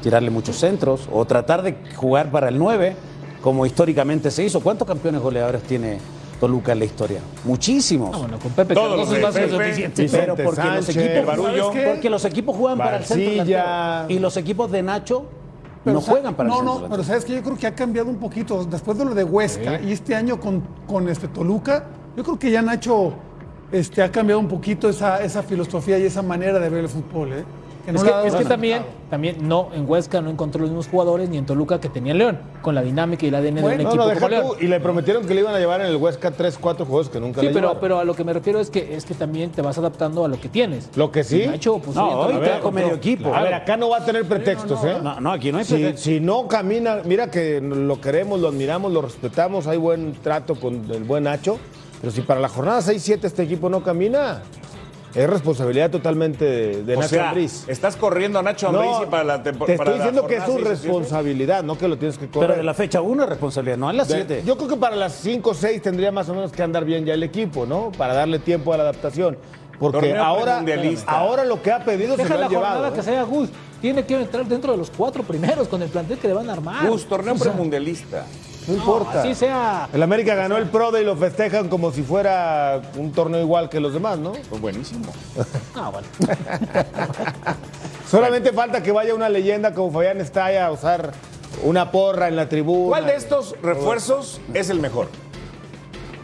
E: tirarle muchos centros o tratar de jugar para el 9, como históricamente se hizo. ¿Cuántos campeones goleadores tiene Toluca en la historia? Muchísimos.
F: Ah, bueno, con Pepe
C: Todos
F: Cardoso
C: los de
F: es más que
C: Pepe,
F: suficiente.
E: Pero
G: Vicente
E: porque los
G: Sánchez,
E: equipos,
C: Barullo.
E: ¿sabes qué? porque los equipos juegan para el
G: Barcilla.
E: centro delantero. y los equipos de Nacho
D: Pero,
E: no
D: o sea,
E: juegan para
D: No,
E: el centro
D: no, pero
E: delantero.
D: sabes que yo creo que ha cambiado un poquito. Después de lo de Huesca y este año con, con este Toluca, yo creo que ya Nacho este, ha cambiado un poquito esa, esa filosofía y esa manera de ver el fútbol. ¿eh? Que no
F: es
D: le
F: que,
D: ha dado
F: es que
D: resultado.
F: también, también no, en Huesca no encontró los mismos jugadores ni en Toluca que tenía León, con la dinámica y el ADN de un
G: Bueno,
F: equipo
G: no,
F: como
G: deja
F: León.
G: tú. Y le prometieron que le iban a llevar en el Huesca 3, 4 juegos que nunca
F: Sí,
G: le
F: pero,
G: llevaron.
F: pero a lo que me refiero es que es que también te vas adaptando a lo que tienes.
G: Lo que sí.
F: Y Nacho, pues,
E: No,
F: oye,
E: hoy
F: también
E: te
F: la
E: da con
F: compró.
E: medio equipo.
G: A ver, acá no va a tener pretextos, ¿eh?
E: No, no, aquí no hay
G: Si,
E: pretexto.
G: si no camina, mira que lo queremos, lo admiramos, lo respetamos, hay buen trato con el buen Nacho, pero si para la jornada 6-7 este equipo no camina, es responsabilidad totalmente de, de
C: o
G: Nacho
C: sea,
G: Ambriz.
C: estás corriendo a Nacho Ambriz y para la
G: te
C: temporada.
G: estoy diciendo que es su responsabilidad, no que lo tienes que correr.
E: Pero de la fecha 1 es responsabilidad, no en la
G: De-
E: 7.
G: Yo creo que para las 5 o 6 tendría más o menos que andar bien ya el equipo, ¿no? Para darle tiempo a la adaptación. Porque
C: Torneo
G: ahora,
C: premundialista.
G: ahora lo que ha pedido
F: Deja
G: se lo
F: la
G: han llevado.
F: jornada que
G: ¿eh?
F: sea Gus. Tiene que entrar dentro de los cuatro primeros con el plantel que le van a armar.
C: Gus, torneo
F: O sea,
C: premundialista.
G: No importa.
F: así sea.
G: El América ganó el Pro Day y lo festejan como si fuera un torneo igual que los demás, ¿no?
C: Pues buenísimo.
F: Ah, bueno.
G: Solamente falta que vaya una leyenda como Fabián Estaya a usar una porra en la tribuna.
C: ¿Cuál de estos refuerzos es el mejor?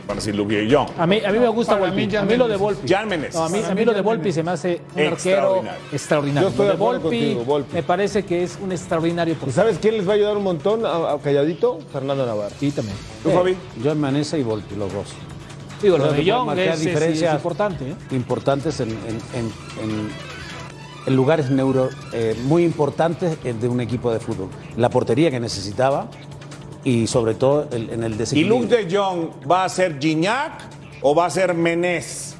C: Para decir Luque y yo.
F: A mí, a mí me gusta
C: Para
F: Volpi.
C: mí,
F: a
C: Jan
F: mí lo de
C: Meneses.
F: Volpi.
C: Jan Meneses.
F: No, a mí,
C: Para
F: a mí
C: mí,
F: lo de
C: Jan
F: Volpi se me hace un arquero
C: Extraordinario.
F: extraordinario.
G: Yo estoy
F: Lo
G: de acuerdo contigo, Volpi.
F: me parece que es un extraordinario
G: ¿Y
F: portero.
G: sabes quién les va a ayudar un montón a, a Calladito? Fernando Navarro.
F: Sí, también. Eh,
C: ¿Tú, Fabi?
E: Eh, Yo en Manesa y Volpi, los dos.
F: Digo, lo
E: Creo
F: de
E: que pueden
F: Young
E: marcar
F: es, es- es
E: diferencias
F: importante. ¿eh?
E: importantes en, en- en- en- en lugares neuro, eh, muy importantes eh, de un equipo de fútbol. La portería que necesitaba y sobre todo el- en el
C: ¿Y
E: desequilibrio.
C: Luke de Jong va a ser Gignac o va a ser Menés?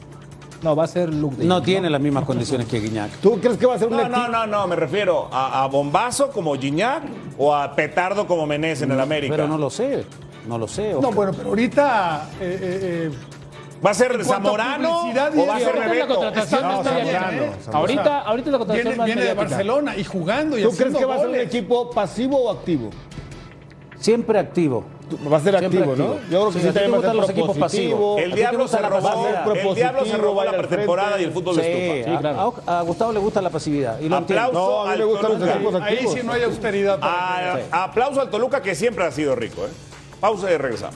F: No, va a ser Luke. de
E: no
F: Jong,
E: tiene las mismas condiciones que Guiñac.
G: ¿Tú crees que va a ser un
C: No, no, no, no, me refiero a, a Bombazo como Gignac o a Petardo como Menés en el América.
E: Pero no lo sé, no lo sé.
H: No,
E: Oscar.
H: bueno, pero ahorita eh, eh, eh,
C: ¿Va a ser
H: cuanto a
C: Zamorano
H: publicidad y
C: o va a
H: eso,
C: ser
F: Ahorita la
C: Bebeto?
F: contratación
H: No,
F: no está bien,
H: Zamorano,
F: ¿eh?
H: Zamorano.
F: Ahorita, ahorita la contratación
H: viene,
F: más
H: viene de
F: mediática.
H: Barcelona y jugando y
G: ¿Tú crees
H: haciendo
G: que va a ser un
H: goles.
G: equipo pasivo o activo?
E: Siempre activo.
G: Va a ser
E: Siempre
G: activo, ¿no?
E: activo.
G: Yo creo que
E: Sí,
G: sí,
E: a ti te
G: también va a
E: gustan
G: ser
E: los equipos
G: propositivo.
E: pasivos.
C: El
E: ¿A ti te
C: diablo
E: gusta
C: se
E: la
C: robó,
E: pasividad?
C: el diablo se robó la
G: Propositivo,
C: pretemporada
G: vaya
C: y el fútbol
E: Sí,
C: de estufa.
E: a- a, a Gustavo le gusta la pasividad. Y lo
C: Aplauso
E: entiendo.
G: No, a mí
C: al
G: me gustan los
C: Toluca.
G: equipos
H: Ahí
G: activos.
H: sí no hay austeridad. para
C: A- Ah, eh, aplauso al Toluca que siempre ha sido rico. ¿eh? Pausa y regresamos.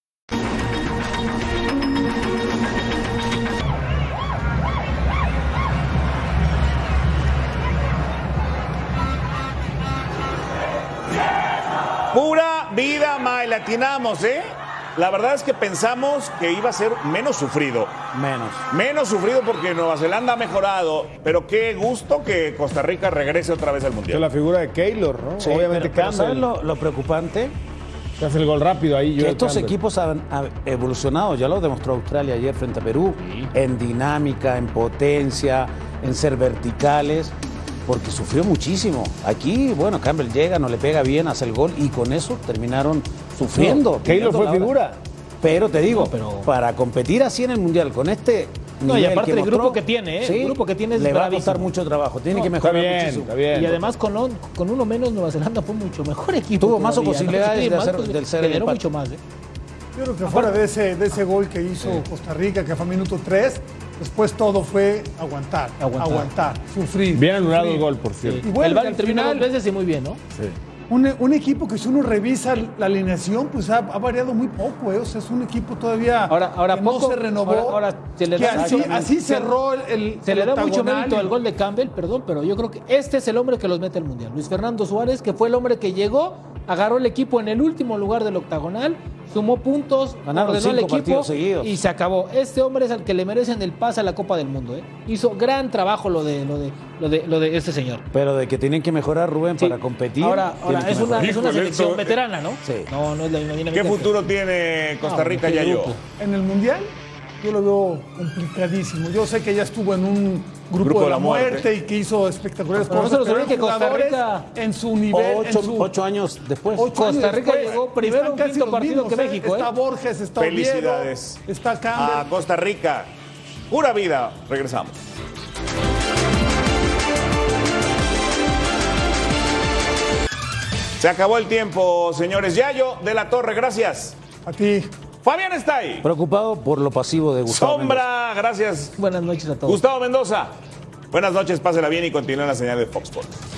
C: Pura vida, Mae, latinamos, ¿eh? La verdad es que pensamos que iba a ser menos sufrido.
E: Menos.
C: Menos sufrido porque Nueva Zelanda ha mejorado, pero qué gusto que Costa Rica regrese otra vez al
G: Que
C: Mundial.
G: la figura de Keylor, ¿no?
E: Sí,
G: Obviamente
E: pero- pero ¿Sabes
G: Campbell.
E: lo, lo preocupante?
G: que hace el gol rápido ahí.
E: Que
G: Joel
E: estos
G: Campbell.
E: equipos han han evolucionado, ya lo demostró Australia ayer frente a Perú, en dinámica, en potencia, en ser verticales, porque sufrió muchísimo. Aquí, bueno, Campbell llega, no le pega bien, hace el gol y con eso terminaron sufriendo.
G: No, Keylor
E: Tirando
G: fue
E: la hora.
G: figura.
E: Pero te digo,
F: pero-
E: para competir así en el Mundial con este...
F: No, y
E: nivel
F: aparte
E: que
F: el grupo
E: mostró,
F: que tiene, ¿eh? El grupo que tiene es
E: Le va a costar
F: bravísimo.
E: mucho trabajo, tiene
F: No,
E: que
F: está
E: mejorar
G: bien,
E: muchísimo.
G: está bien.
F: Y además con, on- con uno menos Nueva Zelanda fue mucho mejor equipo.
E: Tuvo más
F: todavía, ¿no?
E: posibilidades
F: Sí,
E: de
F: más
E: hacer-
F: posi-
E: del ser
F: generó
E: empate.
F: mucho más. ¿eh?
D: Yo creo que
H: Aparte-
D: fuera de ese, de ese gol que hizo Costa Rica, que fue minuto 3, después todo fue aguantar,
F: Aguantar.
D: aguantar, sufrir.
G: Bien anulado
D: sufrir.
G: el gol, por cierto.
D: Y bueno,
F: el
D: que
F: VAR
D: al
F: intervino
D: final,
F: dos veces y muy bien, ¿no?
D: Un, un equipo que si uno revisa la alineación, pues ha, ha variado muy poco. eh. O sea, es un equipo todavía
F: Ahora- ahora
D: que
F: poco,
D: no se renovó.
F: ahora- ahora se le
D: que
F: da-
D: así,
F: exactamente.
D: así
F: Se-
D: cerró el, el-
F: Se le
D: el
F: da mucho
D: octagonal
F: mérito
D: y-
F: al gol de Campbell, perdón, pero yo creo que este es el hombre que los mete al mundial. Luis Fernando Suárez, que fue el hombre que llegó, agarró el equipo en el último lugar del octagonal, sumó puntos,
E: Ganaron
F: ordenó el
E: cinco
F: equipo
E: partidos seguidos.
F: y se acabó. Este hombre es al que le merecen el pase a la Copa del Mundo. ¿eh? Hizo gran trabajo lo de, lo de, lo de, lo de este señor.
E: Pero de que tienen que mejorar, Rubén,
F: Sí.
E: para competir.
F: Ahora, ahora
E: tienen que
F: es, una,
E: mejorar.
F: es una
C: Híjole,
F: selección
C: esto, eh,
F: veterana, ¿no?
E: sí.
F: No, no es la misma dinámica
C: ¿Qué
F: que-
C: futuro tiene Costa
F: No,
C: Rica,
F: Ah, qué
C: ya yo?
F: grupo.
D: En el Mundial, yo lo veo complicadísimo. Yo sé que ya estuvo en un grupo, de la muerte. y que hizo espectaculares
F: Pero no se
D: cosas.
F: nos
D: pero
F: olvide
D: eran
F: que Costa
D: jugadores
F: Rica-
D: en su nivel,
E: ocho,
D: en su...
E: ocho años después.
D: ocho
F: Costa
D: años
F: Rica
D: después,
F: llegó primero
D: están
F: en
D: casi
F: quinto
D: los
F: partido que
D: mismos, ¿eh?
F: México,
D: Está
F: ¿eh?
D: Borges, está Oviedo,
C: Felicidades
D: está Campbell.
C: a Costa Rica. Pura vida. Regresamos. Se acabó el tiempo, señores. Yayo de la Torre, gracias.
D: A ti.
C: Fabián está ahí.
E: Preocupado por lo pasivo de Gustavo. Mendoza.
C: Sombra, gracias.
F: Buenas noches a todos.
C: Gustavo Mendoza. Buenas noches, pásela bien y continúen la señal de Fox Sports.